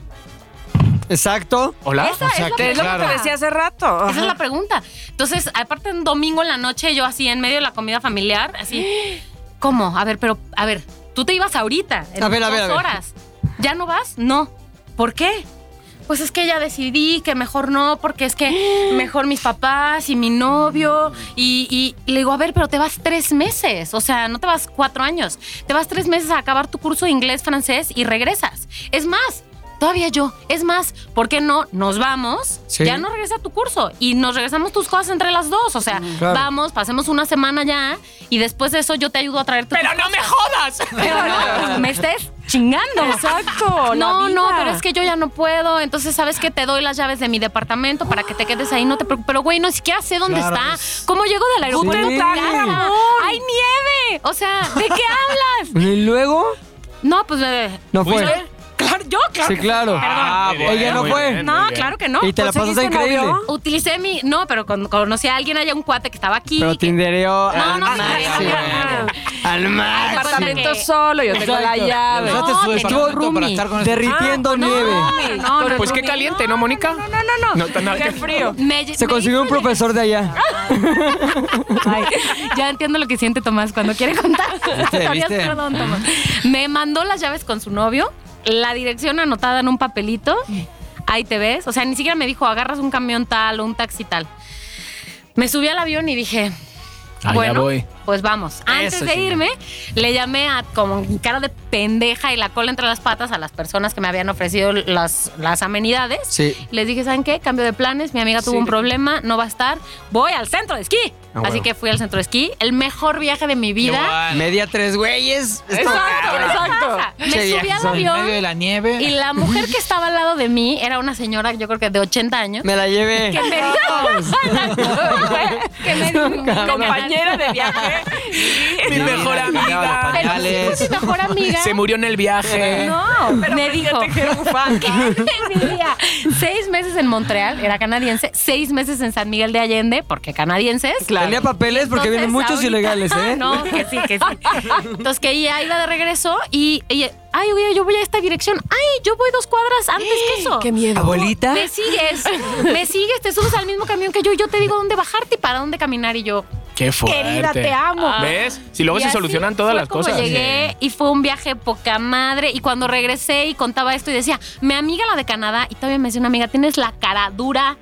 S5: Exacto.
S3: ¿Hola?
S1: Esa es la
S2: Que es lo que
S1: Claro.
S2: te decía hace rato.
S1: Esa es la pregunta. Entonces, aparte un domingo en la noche, yo así en medio de la comida familiar, así. ¿Cómo? A ver, pero, a ver, tú te ibas ahorita. En
S5: A ver, a
S1: dos
S5: ver, a ver.
S1: horas. ¿Ya no vas? No. ¿Por qué? Pues es que ya decidí que mejor no, porque es que mejor mis papás y mi novio. Y, y le digo, a ver, pero te vas tres meses. O sea, no te vas cuatro años. Te vas tres meses a acabar tu curso de inglés, francés y regresas. Es más, todavía yo. Es más, ¿por qué no? Nos vamos.
S5: Sí.
S1: Ya no regresa a tu curso y nos regresamos tus cosas entre las dos. O sea,
S5: claro.
S1: vamos, pasemos una semana ya y después de eso yo te ayudo a traerte.
S3: ¡Pero
S1: tus
S3: no me
S1: cosas.
S3: jodas!
S1: Pero no, me estés chingando.
S2: Exacto. la
S1: No, no,
S2: vida.
S1: pero es que yo ya no puedo. Entonces, ¿sabes qué? Te doy las llaves de mi departamento para que te quedes ahí. No te preocupes. Pero, güey, no siquiera sé dónde
S4: Claro,
S1: está.
S4: pues-
S1: ¿Cómo llego del aeropuerto a
S5: Sí.
S1: tu casa?
S2: Ramón.
S1: ¡Hay nieve! O sea, ¿de qué hablas?
S5: Y luego
S1: No, pues... eh,
S5: no fue.
S1: yo- claro, yo, claro.
S5: Sí,
S1: que-
S5: claro.
S3: Ah,
S5: bueno, Ella no
S3: muy
S5: fue.
S3: bien, muy
S1: No,
S3: bien.
S1: claro que no.
S5: Y te la
S2: ¿Conseguiste
S5: pasaste increíble.
S2: novio?
S1: Utilicé mi. No, pero con- conocí a alguien allá, un cuate que estaba aquí.
S5: Pero Ah,
S1: que- No,
S5: tindereó al
S1: no, no,
S5: máximo.
S1: no, no.
S5: Al máximo.
S2: Apartamento solo, yo tengo la
S5: Exacto.
S2: llave.
S4: usaste
S1: No,
S4: su
S1: tenía
S4: departamento para
S1: roomie.
S4: estar con ese...
S5: Derritiendo
S2: no.
S5: nieve.
S1: No, no, no,
S3: Pues
S1: no,
S3: qué
S1: no.
S3: caliente, ¿no, Mónica?
S2: No, no, no, no.
S3: No, tan-
S2: Qué frío.
S1: Me-
S5: Se
S1: me
S5: consiguió
S1: hizo
S5: un
S1: el-
S5: profesor de allá.
S1: Ay, ya entiendo lo que siente Tomás cuando quiere contar. Todavía,
S4: ¿Viste?
S1: perdón, Tomás. Me mandó las llaves con su novio, la dirección anotada en un papelito. Ahí te ves. O sea, ni siquiera me dijo, agarras un camión tal o un taxi tal. Me subí al avión y dije,
S3: Allá
S1: bueno,
S3: voy.
S1: pues vamos. Antes
S4: Eso,
S1: de
S4: chingada.
S1: irme, le llamé a como cara de pendeja y la cola entre las patas a las personas que me habían ofrecido las, las amenidades.
S5: Sí.
S1: Les dije, ¿saben qué? Cambio de planes, mi amiga tuvo un problema, no va a estar, voy al centro de esquí.
S5: Ah,
S1: Así
S5: bueno.
S1: que fui al centro de esquí, el mejor viaje de mi
S3: Qué
S1: vida.
S4: Ah.
S3: guay.
S5: Media tres güeyes. Esto-
S1: ¿Qué les pasa?
S5: Che,
S1: Me subí
S5: viajes
S1: al
S5: son
S4: En medio de
S1: avión
S4: la nieve.
S1: y la mujer que estaba al lado de mí era una señora, yo creo que de 80 años.
S5: Me la llevé.
S1: que me dijo- que me di-
S5: No, cabrón.
S2: compañera de viaje.
S3: Mi mejor amiga.
S1: Pero sí fue mi mejor amiga.
S3: Se murió en el viaje.
S1: No, me
S5: pues,
S1: dijo.
S2: Fíjate que bufanda.
S1: Envidia. Seis meses en Montreal, era canadiense. Seis meses en San Miguel de Allende, porque canadienses.
S5: Tenía papeles porque
S1: Entonces,
S5: vienen muchos
S1: ahorita- ah,
S5: ilegales, ¿eh?
S1: No, que sí, que sí. Entonces que ella iba de regreso y, y, ay, oye, yo voy a esta dirección. Ay, yo voy dos cuadras antes que eso.
S2: Qué
S4: Ah,
S2: miedo.
S5: Abuelita.
S1: Me sigues, me sigues, te subes al mismo camión que yo y yo te digo dónde bajarte y para dónde caminar y yo.
S3: Qué fuerte.
S1: Querida, te amo.
S2: Ah,
S3: ¿Ves? Si luego
S1: Ah, Y
S3: se
S1: así
S3: solucionan todas
S1: fue
S3: las
S1: como
S3: cosas.
S1: Llegué y fue un viaje poca madre. Y cuando regresé y contaba esto y decía, mi amiga la de Canadá, y todavía me decía una amiga, tienes la cara dura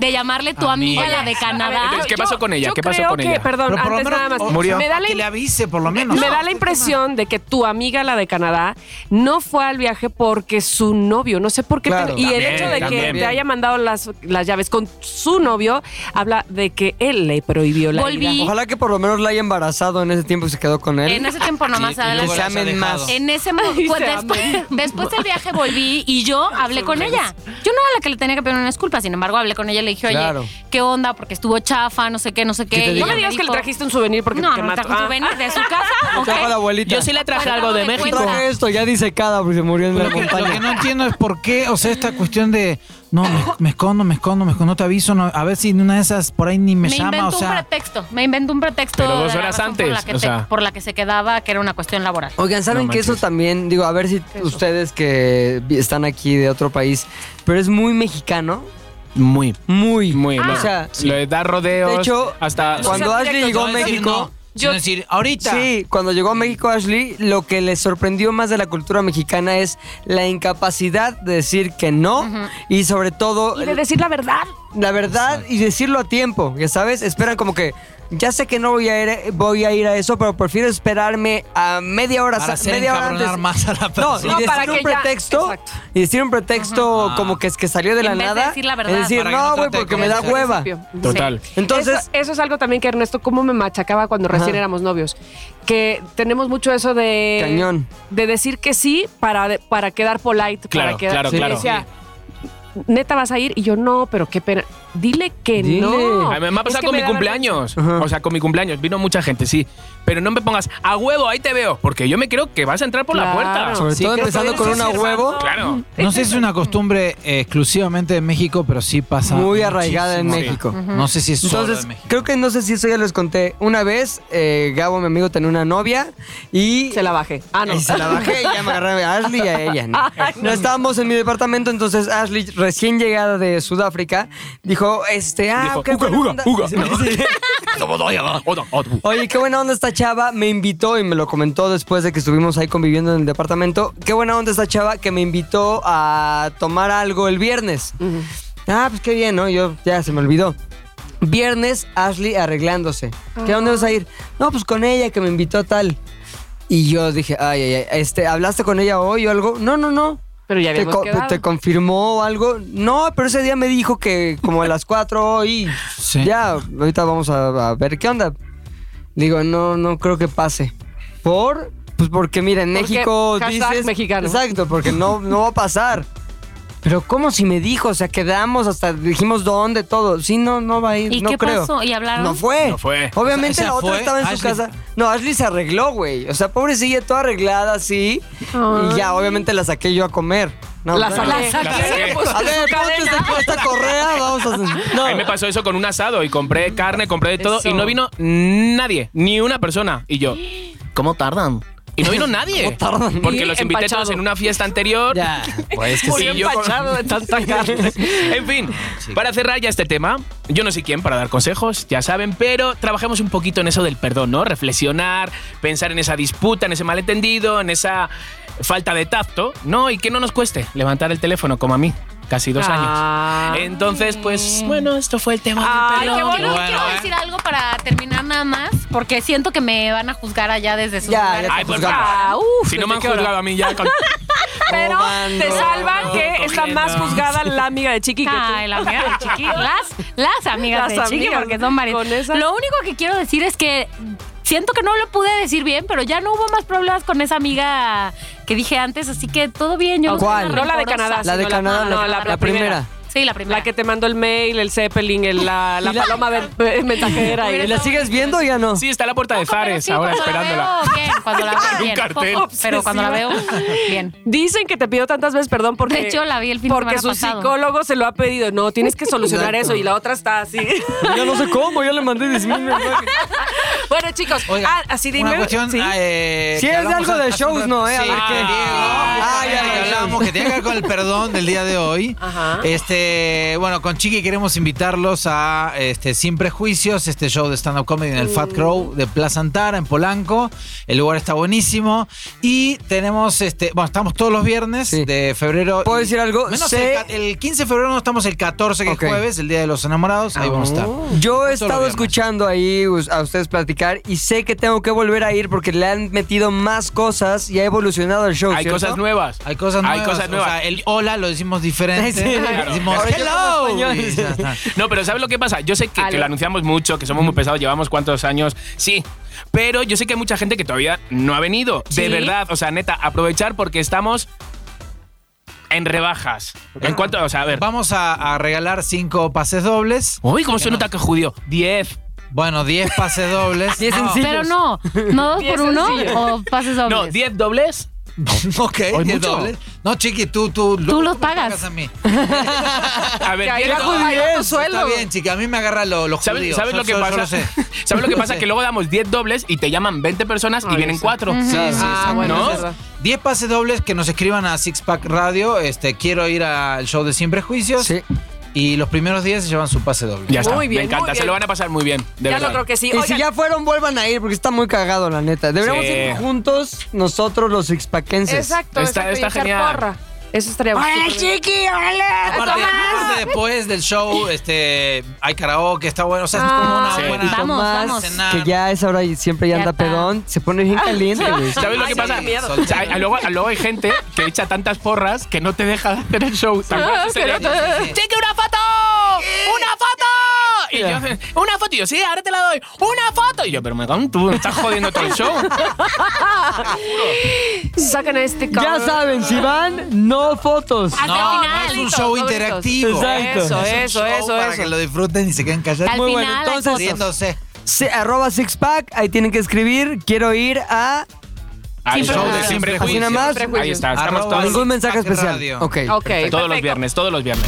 S1: de llamarle tu amiga
S3: Amiga.
S1: la de
S2: A ver,
S1: Canadá.
S3: Entonces, ¿qué pasó con ella?
S2: yo
S3: ¿Qué pasó
S2: creo
S3: con
S2: que-
S3: ella?
S2: Perdón,
S4: Pero por lo
S2: antes
S4: menos
S2: nada más.
S4: o-
S3: Murió.
S2: Me da la
S4: que le avise, por lo menos.
S2: Eh, Me da la impresión de que tu amiga, la de Canadá, no fue al viaje porque su novio, no sé por qué.
S5: Claro.
S2: pero- y el
S3: También,
S2: hecho de que
S3: también.
S2: te haya mandado las, las llaves con su novio, habla de que él le prohibió la
S1: Volví.
S2: ida.
S5: Ojalá que por lo menos la haya embarazado en Ah, ese tiempo que se quedó con él.
S1: En ese tiempo nomás
S4: Sí, y
S1: adelante.
S5: que
S4: luego
S5: se
S4: las ha
S5: amen más.
S4: dejado.
S1: En ese momento, pues,
S2: se
S1: después, después del viaje volví y yo hablé con ella. Yo no era la que le tenía que pedir una disculpa, sin embargo, hablé con ella y le dije, oye,
S5: Claro.
S1: ¿qué onda? Porque estuvo chafa, no sé qué, no sé
S5: te
S1: qué. Y
S5: digo?
S2: No
S1: ella
S2: me digas que le
S1: dijo,
S2: trajiste un souvenir porque
S1: no,
S2: te
S1: no me
S2: mató.
S1: trajo un
S2: Ah,
S1: souvenir de su casa.
S5: Trajo a la
S1: ok.
S5: abuelita.
S3: Yo sí le traje
S1: Pues,
S3: algo de
S1: dame
S3: México.
S1: cuenta.
S5: Traje esto, ya disecada porque se murió en la
S4: Lo que, lo que
S5: montaña.
S4: no entiendo es por qué, o sea, esta cuestión de no, me, me escondo, me escondo, me escondo, no te aviso, no, a ver si en una de esas por ahí ni me,
S1: Me
S4: llama, o
S1: invento un
S4: sea.
S1: pretexto, me invento un pretexto.
S3: Pero dos
S1: de la
S3: horas
S1: razón Por la,
S3: antes,
S1: que
S3: o
S1: te-
S3: sea.
S1: por la que se quedaba, que era una cuestión laboral.
S5: Oigan, ¿saben
S3: No
S5: que eso
S3: manches.
S5: también? Digo, a ver si ustedes que vi- están aquí de otro país, pero es muy mexicano.
S3: Muy,
S5: Muy.
S3: muy.
S5: O
S3: lo-
S5: sea,
S3: Lo de dar rodeos.
S5: De hecho,
S3: hasta.
S5: cuando
S2: sea,
S5: Ashley
S2: directo,
S5: llegó a
S4: No decir
S5: México.
S4: no, sino decir, ahorita.
S5: Sí, cuando llegó a México Ashley, lo que le sorprendió más de la cultura mexicana es la incapacidad de decir que no y sobre todo
S2: Y de decir la verdad.
S5: la verdad y decirlo a tiempo, ya sabes, esperan como que ya sé que no voy a ir, voy a, ir a eso, pero prefiero esperarme a media hora,
S4: Para
S5: sa-
S4: hacer
S5: media hora
S4: encabronar
S5: antes.
S4: más a la
S5: No,
S4: persona.
S5: y
S2: No,
S5: decir
S2: para
S5: un
S2: que ya-
S5: pretexto,
S2: Exacto.
S5: y decir un pretexto como que es que salió de la
S1: En vez de
S5: nada,
S1: decir la verdad.
S5: es decir,
S4: Ah. Para que
S5: no,
S4: no
S5: güey,
S4: trate de
S5: porque me da
S4: convencer.
S5: hueva.
S2: Principio.
S3: Total.
S5: Entonces,
S2: eso, eso es algo también que Ernesto, cómo me machacaba cuando recién
S5: Ajá.
S2: éramos novios. Que tenemos mucho eso de.
S5: Cañón.
S2: De decir que sí para, de- para quedar polite. para
S3: Claro,
S2: quedar,
S3: claro,
S2: Sí.
S3: claro.
S2: Decía, Neta vas a ir y yo no, pero qué pena. Dile que
S5: Dile.
S2: no.
S3: A mí me ha
S2: Es
S3: pasado
S2: que
S3: con
S2: me
S3: mi
S2: da vergüenza.
S3: cumpleaños.
S5: Ajá.
S3: O sea, con mi cumpleaños. Vino mucha gente, sí. Pero no me pongas a huevo, ahí te veo. Porque yo me creo que vas a entrar por la
S2: Claro.
S3: puerta.
S5: sobre
S4: Sí,
S5: todo
S4: que
S5: empezando
S4: todavía
S5: con
S4: no
S5: una
S4: se
S5: huevo
S3: Claro.
S4: No sé si es una costumbre eh, exclusivamente de México, pero sí pasa.
S5: muy arraigada en
S4: muchísimo.
S5: México.
S4: Sí. No sé si es solo
S5: Entonces,
S4: de México.
S5: creo que no sé si eso ya les conté. Una vez, eh, Gabo, mi amigo, tenía una novia y.
S2: Se la bajé. Ah, no.
S5: y se la bajé y ya me agarré a Ashley y a ella. ¿no? No estábamos en mi departamento, entonces Ashley, recién llegada de Sudáfrica, dijo: Este, ah,
S3: Dijo,
S5: qué
S3: "Uga,
S5: buena
S3: uga,
S5: onda".
S3: uga.
S5: Sí,
S3: No.
S5: sí. Oye, qué buena onda esta chava. Me invitó y me lo comentó después de que estuvimos ahí conviviendo en el departamento. Qué buena onda esta chava que me invitó a tomar algo el viernes. Ah, pues qué bien, ¿no? Yo ya se me olvidó. Viernes, Ashley arreglándose. ¿Qué dónde vas a ir? No, pues con ella que me invitó a tal. Y yo dije, ay, ay, ay, este, ¿hablaste con ella hoy o algo? No, no, no.
S2: Pero ya
S5: ¿Te,
S2: habíamos
S5: co-
S2: quedado.
S5: te confirmó algo? No, pero ese día me dijo que como a las 4 hoy.
S4: Sí.
S5: Ya, ahorita vamos a, a ver qué onda. Le Digo, no, no creo que pase. ¿Por? Pues porque mira, en
S2: Porque
S5: México
S2: hashtag
S5: dices.
S2: mexicano.
S5: Exacto, porque no, no va a pasar. Pero ¿cómo si me dijo? O sea, quedamos hasta dijimos dónde, todo. Sí, no, no va a ir.
S1: ¿Y
S5: no
S1: qué
S5: creo.
S1: pasó? ¿Y hablaron?
S5: No fue.
S3: No fue.
S5: Obviamente
S4: Esa- esa
S5: la otra
S4: fue
S5: estaba en su
S4: Ashley.
S5: casa. No, Ashley se arregló, güey. O sea, pobrecilla, toda arreglada así. Y ya, obviamente la saqué yo a comer. No,
S2: La
S5: no.
S2: saqué.
S1: La saqué.
S3: La saqué.
S2: Pues,
S5: A ver,
S2: su
S5: ponte
S2: cadena.
S5: esta- esta correa, vamos a... No.
S3: A mí me pasó eso con un asado y
S5: Mm.
S3: compré carne, compré de todo
S2: Eso.
S3: y no vino nadie, ni una persona. Y yo, ¿cómo tardan? Y no vino nadie.
S5: ¿Cómo tardan?
S3: Porque
S2: Y
S3: los invité
S2: empachado.
S3: todos en una fiesta anterior.
S4: Ya.
S3: Pues que
S2: Murió empachado de tanta carne.
S3: en fin, para cerrar ya este tema, yo no sé quién para dar consejos, ya saben, pero trabajemos un poquito en eso del perdón, ¿no? Reflexionar, pensar en esa disputa, en ese malentendido, en esa falta de tacto, ¿no? Y que no nos cueste levantar el teléfono como a mí, casi dos
S2: Ah.
S3: años. Entonces, pues bueno, esto fue el tema
S2: Ay,
S3: del
S1: Pero
S2: qué
S3: perdón.
S1: quiero,
S4: bueno,
S1: quiero
S4: ¿eh?
S1: decir algo para terminar nada más, porque siento que me van a juzgar allá desde sus
S5: Ya,
S1: lugares.
S5: ya
S3: Ay, por
S5: Juzgamos.
S3: favor.
S2: Ah, uf,
S3: Si no
S2: ¿desde
S3: me han
S2: qué hora?
S3: juzgado a mí ya. con-
S2: Pero te
S5: Robando.
S2: salvan que está más
S3: Cogiendo.
S2: juzgada la amiga de Chiqui que tú.
S1: Ay, la amiga de Chiqui. Las, las amigas
S2: Las
S1: de Chiqui,
S2: amigas.
S1: porque son varias.
S2: Con esas-
S1: Lo único que quiero decir es que siento que no lo pude decir bien, pero ya no hubo más problemas con esa amiga que dije antes, así que todo bien. Yo no soy
S5: ¿Cuál?
S1: una
S2: No la de
S1: rencorosa.
S2: Canadá.
S5: La de
S2: sino
S5: Canadá,
S2: no,
S5: la-
S2: la,
S5: la primera.
S1: Sí, Sí, la primera.
S2: La que te mandó el mail, el Zeppelin, el- la, la
S5: Y la-
S2: paloma eh, ven- ven- mensajera.
S5: ¿Y
S2: y-
S5: la sigues viendo o ya no?
S3: Sí, está en la
S2: Ah,
S3: puerta de
S1: Poco, pero
S3: Fares
S1: sí,
S3: ahora
S1: cuando la
S3: esperándola.
S1: veo, bien, cuando la veo
S3: Con un
S1: bien.
S3: cartel.
S1: Poco, pero cuando la veo, bien.
S2: Dicen que te pidió tantas veces perdón porque.
S1: De hecho, la vi el fin de
S2: Porque
S1: semana
S2: su
S1: pasado.
S2: psicólogo se lo ha pedido. No, tienes que solucionar
S5: Exacto.
S2: eso. Y la otra está así.
S5: Ya no sé cómo, ya le mandé 10 mil mensajes.
S2: bueno, chicos,
S4: Oiga,
S2: ah, así dime.
S4: Una cuestión.
S2: ¿sí?
S4: ah, eh,
S5: Si
S4: que
S5: es de
S4: hablamos
S5: algo de
S4: hace
S5: shows,
S4: un
S5: no,
S4: rato-
S5: ¿eh? A
S4: Sí,
S5: ver qué.
S4: Diego,
S5: Ah,
S4: que
S5: ya, ya, ya.
S4: hablamos, que tiene que ver con el perdón del día de hoy.
S2: Ajá.
S4: Este, bueno, con Chiqui queremos invitarlos a este, Sin Prejuicios, este show de stand-up comedy en el Fat Crow de Plaza Antara, en Polanco. El lugar está buenísimo. Y tenemos, este, bueno, estamos todos los viernes
S5: Sí.
S4: de febrero.
S5: ¿Puedo
S4: Y-
S5: decir algo?
S4: Menos
S5: Sé-
S4: el, ca- el 15 de febrero no estamos el 14, que
S5: Ok. Oh.
S4: es jueves, el Día de los Enamorados. Ahí vamos a estar.
S5: Yo he
S4: Todos los
S5: estado
S4: viernes.
S5: escuchando ahí us- a ustedes platicar y sé que tengo que volver a ir porque le han metido más cosas y ha evolucionado el show.
S3: Hay
S5: ¿cierto?
S3: cosas nuevas.
S4: Hay cosas nuevas.
S3: Hay cosas nuevas.
S4: O sea, el hola lo decimos diferente.
S5: Sí, claro.
S4: Decimos
S5: Ahora yo hablo
S4: hello.
S5: español.
S4: Y ya está.
S3: No, pero ¿sabes lo que pasa? Yo sé que,
S1: Ale.
S3: que lo anunciamos mucho, que somos muy pesados, llevamos cuántos años. Sí. Pero yo sé que hay mucha gente que todavía no ha venido.
S1: Sí.
S3: De verdad. O sea, neta, aprovechar porque estamos en rebajas. En cuanto. O sea, a ver.
S4: Vamos a, a regalar cinco pases dobles.
S3: Uy, ¿cómo se nota que es judío? 10.
S4: Bueno, 10 pases dobles.
S5: Diez sencillos.
S1: Pero no, no dos
S2: Bien
S1: por uno
S2: sencillo.
S1: o pases dobles.
S3: No, 10 dobles.
S4: ok,
S3: Hoy
S4: 10
S3: mucho.
S4: dobles. No, chiqui, tú, tú.
S1: Tú los
S4: me
S1: pagas.
S4: a mí.
S3: A ver,
S2: Que ahí
S3: 10
S2: la
S3: dobles.
S2: judía- Ay, tu sueldo.
S4: Está bien, chiqui, a mí me agarra lo- los
S3: ¿Sabes,
S4: judíos.
S3: sabes lo
S4: Yo-
S3: que
S4: yo- yo
S3: pasa?
S4: lo sé.
S3: ¿Sabes lo que pasa?
S4: sé.
S3: Que luego damos 10 dobles y te llaman 20 personas y vienen 4.
S4: Sí, sí,
S2: Ah,
S4: sí.
S2: bueno,
S3: ¿No?
S2: es verdad.
S4: 10 pases dobles que nos escriban a Six Pack Radio. Este, quiero ir al show de Sin Prejuicios.
S5: Sí.
S4: Y los primeros 10 se llevan su pase doble.
S3: Ya está.
S2: Muy bien,
S3: Me encanta,
S2: muy
S3: se
S2: bien.
S3: lo van a pasar muy bien. De
S2: Ya
S3: verdad.
S2: lo creo que sí.
S5: Y si
S2: Oigan,
S5: ya fueron, vuelvan a ir porque está muy cagado, la neta. Deberíamos
S3: Sí.
S5: ir juntos nosotros los sixpackenses.
S2: Exacto,
S3: Está-
S2: exacto,
S3: está
S2: y echar
S3: genial.
S2: porra. Eso estaría
S7: ¡Hola,
S2: súper bien.
S7: chiqui! ¡Hola!
S4: Aparte,
S7: Tomás.
S4: aparte después del show, este, hay karaoke, está bueno. O sea, es como una
S3: Ah, sí.
S4: buena.
S1: Vamos,
S5: Tomás,
S1: vamos.
S4: Cenar.
S5: Que ya es ahora y siempre ya,
S1: Ya
S5: anda
S1: está.
S5: pedón. Se pone bien caliente, güey.
S3: ¿Sabes lo
S2: Ay,
S3: que
S2: sí,
S3: pasa?
S2: qué miedo.
S3: O sea, hay- luego, luego hay gente que echa tantas porras que no te deja de hacer el show. ¿Te acuerdas de ese
S2: que no
S3: día?
S2: te-
S3: ¡Cheque una foto! ¡Una foto! Y yo, una foto. Y yo, sí, ahora te la doy. ¡Una foto! Y yo, pero me cago en tú, me estás jodiendo todo el show.
S2: Sacan a este
S5: Ya
S2: cabrón.
S5: saben, si van, no fotos.
S1: Hasta
S4: No,
S1: el
S4: no
S1: final.
S4: es un show
S2: favoritos.
S4: interactivo.
S5: Exacto.
S2: Eso,
S4: Es un
S2: eso,
S4: show
S2: eso,
S4: Para
S2: eso.
S4: que lo disfruten y se queden callados.
S1: Al
S5: Muy bueno,
S1: final hay
S5: entonces-
S1: fotos.
S4: riéndose.
S5: Se, arroba sixpack, ahí tienen que escribir. Quiero ir a
S3: Al show de
S1: prejuicios.
S3: sin
S5: Así nada más.
S3: prejuicios. Ahí está, estamos
S4: Arroba
S3: todos,
S5: ningún mensaje
S4: Sixpack
S5: especial.
S4: Radio.
S5: Ok.
S2: Ok,
S3: todos los
S2: perfecto.
S3: viernes, todos los viernes.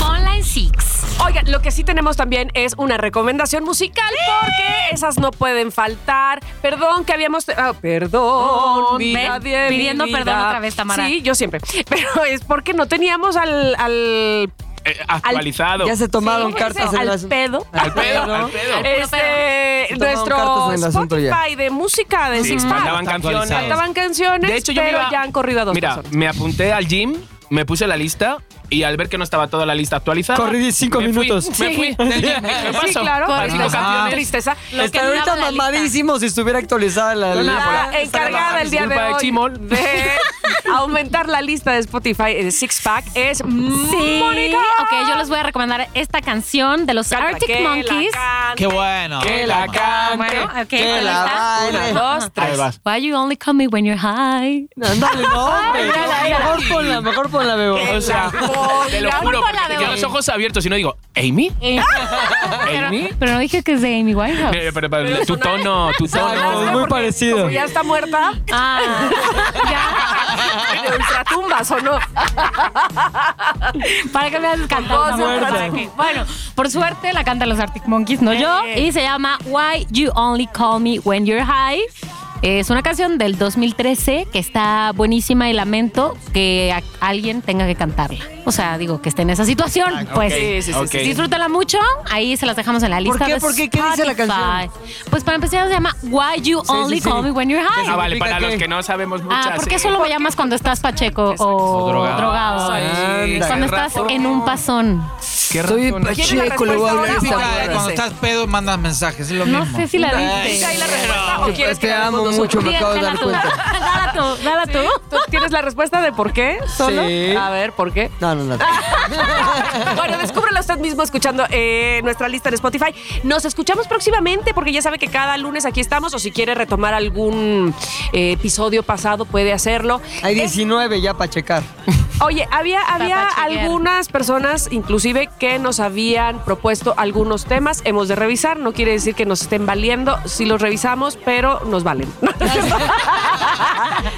S1: Online Six.
S2: Oigan, lo que sí tenemos también es una recomendación musical porque esas no pueden faltar. Perdón que habíamos. ah, perdón.
S1: Ven,
S2: vida de mi
S1: pidiendo
S2: vida.
S1: perdón otra vez, Tamara.
S2: Sí, yo siempre. Pero es porque no teníamos al. al
S3: Eh, actualizado.
S5: Ya se tomaron
S2: ¿cómo
S5: cartas
S2: dice?
S5: en el
S2: al
S5: asunto.
S2: pedo.
S3: Al pedo, al pedo.
S2: Este,
S5: Se tomaron
S2: nuestro
S5: cartas en el asunto ya.
S2: Spotify de música de
S3: Sí,
S2: Six Pack.
S3: faltaban canciones.
S2: Faltaban canciones,
S3: De hecho, yo me
S2: pero
S3: iba-
S2: ya han corrido a dos
S3: Mira,
S2: personas.
S3: me apunté al gym, me puse la lista y al ver que no estaba toda la lista actualizada.
S5: Corrí cinco
S3: me fui,
S5: minutos.
S3: me fui. del gym, dije, "Me
S2: Sí,
S3: paso".
S2: claro.
S3: Para
S2: correcto.
S3: cinco canciones.
S2: Tristeza.
S1: Lo que
S5: Está ahorita
S1: hablaba la lista.
S5: mamadísimo si estuviera actualizada la,
S3: No, nada,
S2: la
S3: por la-
S2: encargada el día de
S3: Disculpa de
S2: hoy
S3: Chimol.
S2: de aumentar la lista de Spotify de Six Pack es
S1: Sí.
S2: Mónica.
S1: Ok, yo les voy a recomendar esta canción de los
S2: Cántala,
S1: Arctic
S2: que la
S1: Monkeys.
S2: cante.
S4: Qué bueno.
S3: Que la
S1: Ah,
S3: cante.
S1: Bueno, ok,
S5: Que
S1: ¿cuál
S5: la
S1: está?
S5: baile.
S2: Dos,
S3: Ahí
S2: tres.
S3: vas.
S1: Why you only call me when you're high?
S5: Ándale, no, hombre.
S2: mírala, mírala.
S5: Mejor ponla, mejor ponla, Bebo.
S3: O sea,
S2: Venga,
S3: te lo juro,
S1: vamos con la de
S3: porque tengo
S1: hoy.
S3: los ojos abiertos y no digo, ¿Amy?
S1: pero,
S3: ¿Amy?
S1: pero no dije que es de Amy Winehouse.
S3: Eh, Pero, pero, tu tono, tu
S5: Exacto, es
S3: tono.
S5: muy parecido.
S2: Como ya está muerta.
S1: Ah, ya.
S2: De ultratumbas o no.
S1: Para que veas
S2: voz de
S1: cantando.
S2: ultratumba.
S1: Bueno, por suerte la cantan los Arctic Monkeys, no yo.
S2: Bien.
S1: Y se llama Why You Only Call Me When You're High. Es una canción del 2013 que está buenísima y lamento que a- alguien tenga que cantarla. O sea, digo, que esté en esa situación,
S5: Ah,
S1: pues.
S2: Sí, sí, sí,
S3: Ok.
S2: sí.
S1: Disfrútala mucho, ahí se las dejamos en la lista.
S5: qué?
S1: de
S5: ¿Por qué? ¿Qué dice la
S1: Spotify. Pues para empezar se llama Why You Only
S5: sí, sí.
S1: Call Me When You're High.
S3: Ah, vale,
S5: significa
S3: para los
S5: qué?
S3: que no sabemos muchas.
S1: Ah, ¿por qué
S3: sí.
S1: solo me llamas cuando estás pacheco o,
S4: O drogado.
S1: drogado?
S4: Ay,
S1: cuando
S4: qué
S1: estás
S4: raro.
S1: en un pasón.
S3: Qué
S5: Soy
S3: razón.
S2: ¿Quién es la
S5: pacheco, le voy a
S2: respuesta
S5: hablar a esta
S2: ahora?
S5: morra.
S4: Típica, eh, cuando estás pedo mandas mensajes, es lo
S1: No
S4: mismo.
S1: sé si la
S4: Ay,
S1: viste.
S2: ¿Hay la respuesta o quieres que
S5: Te
S2: hagamos
S5: amo
S2: nosotros?
S5: mucho, me acabo de dar cuenta.
S1: Dala tú, dala tú.
S2: ¿Tú tienes la respuesta de por qué solo?
S5: Sí.
S2: A ver, ¿por qué?
S5: No, no, no.
S2: bueno, descúbrelo usted mismo escuchando eh, nuestra lista en Spotify. Nos escuchamos próximamente porque ya sabe que cada lunes aquí estamos o si quiere retomar algún eh, episodio pasado puede hacerlo.
S5: Hay 19 ya para checar.
S2: Oye, había, había
S1: Papachillear.
S2: algunas personas inclusive que nos habían propuesto algunos temas. Hemos de revisar, no quiere decir que nos estén valiendo. Si los revisamos, pero nos valen.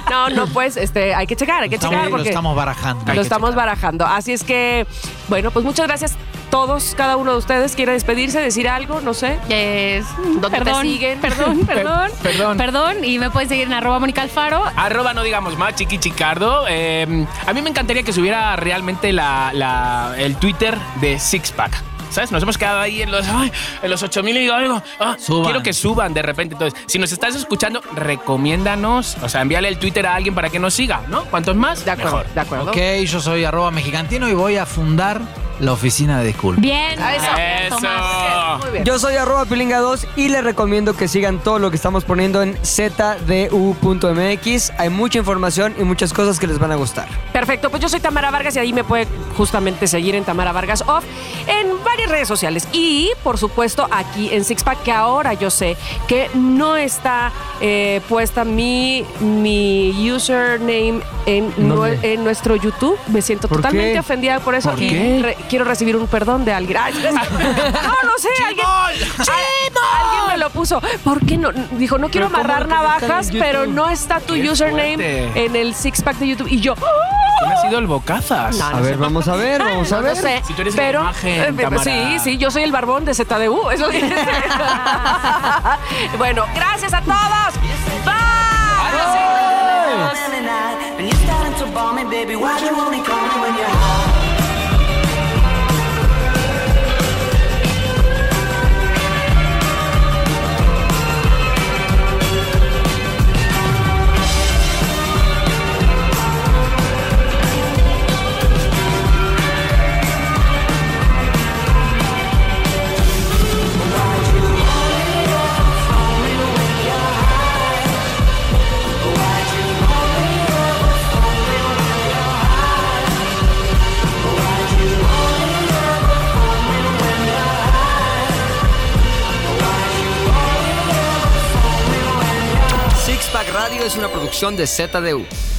S2: no, no, pues este, hay que checar, hay que
S4: Estamos,
S2: checar.
S4: lo
S2: porque
S4: estamos barajando.
S2: lo estamos barajando. Así es que, bueno, pues muchas gracias a todos, cada uno de ustedes. ¿Quiere despedirse, decir algo? No sé.
S1: Yes.
S2: ¿Dónde te
S1: perdón,
S2: siguen?
S1: Perdón, perdón.
S4: perdón.
S1: Perdón. Y me pueden seguir en arroba Mónica Alfaro.
S3: Arroba no digamos más, Chiqui Chicardo. Eh, a mí me encantaría que subiera realmente la, la- el Twitter de Sixpack. ¿Sabes? Nos hemos quedado ahí en los, ay, en los 8000 y digo algo. ah,
S4: Suban.
S3: Quiero que suban de repente. Entonces, si nos estás escuchando, recomiéndanos. O sea, envíale el Twitter a alguien para que nos siga, ¿no? Cuantos más,
S2: De acuerdo,
S3: mejor.
S2: de acuerdo.
S4: Ok, yo soy arroba mexicantino y voy a fundar la oficina de Disculpa.
S1: Bien.
S3: Eso.
S1: Tomás.
S2: Muy bien.
S5: Yo soy arroba pilinga 2 y les recomiendo que sigan todo lo que estamos poniendo en zdu.mx. Hay mucha información y muchas cosas que les van a gustar.
S2: Perfecto, pues yo soy Tamara Vargas y ahí me puede justamente seguir en Tamara Vargas Off en varias redes sociales y por supuesto aquí en Sixpack que ahora yo sé que no está eh, puesta mi, mi username en, nue- en nuestro YouTube. Me siento
S5: ¿Por
S2: totalmente
S5: qué?
S2: ofendida por eso.
S3: ¿Por qué?
S2: Re- quiero recibir un perdón de alguien. Ay, no, no sé, alguien, al- alguien me lo puso. ¿Por qué no? Dijo, no quiero
S5: ¿Pero cómo
S2: amarrar
S5: lo que no está en
S2: navajas,
S5: YouTube?
S2: pero no está tu
S3: Qué
S2: username
S3: fuerte.
S2: en el Sixpack de YouTube. Y yo...
S3: ¿Quién ha sido el bocazas?
S2: Ah, No,
S5: A ver, vamos a ver, vamos a
S2: No,
S5: ver.
S2: no sé,
S3: Si tú eres la
S2: pero,
S3: imagen,
S2: eh, pero
S3: Tamara.
S2: sí, sí, yo soy el barbón de ZDU, eso sí. bueno, gracias a todos. Bye.
S6: When you starting to bomb me, baby, why you only call me when you're home?
S8: Six Pack Radio es una producción de ZDU.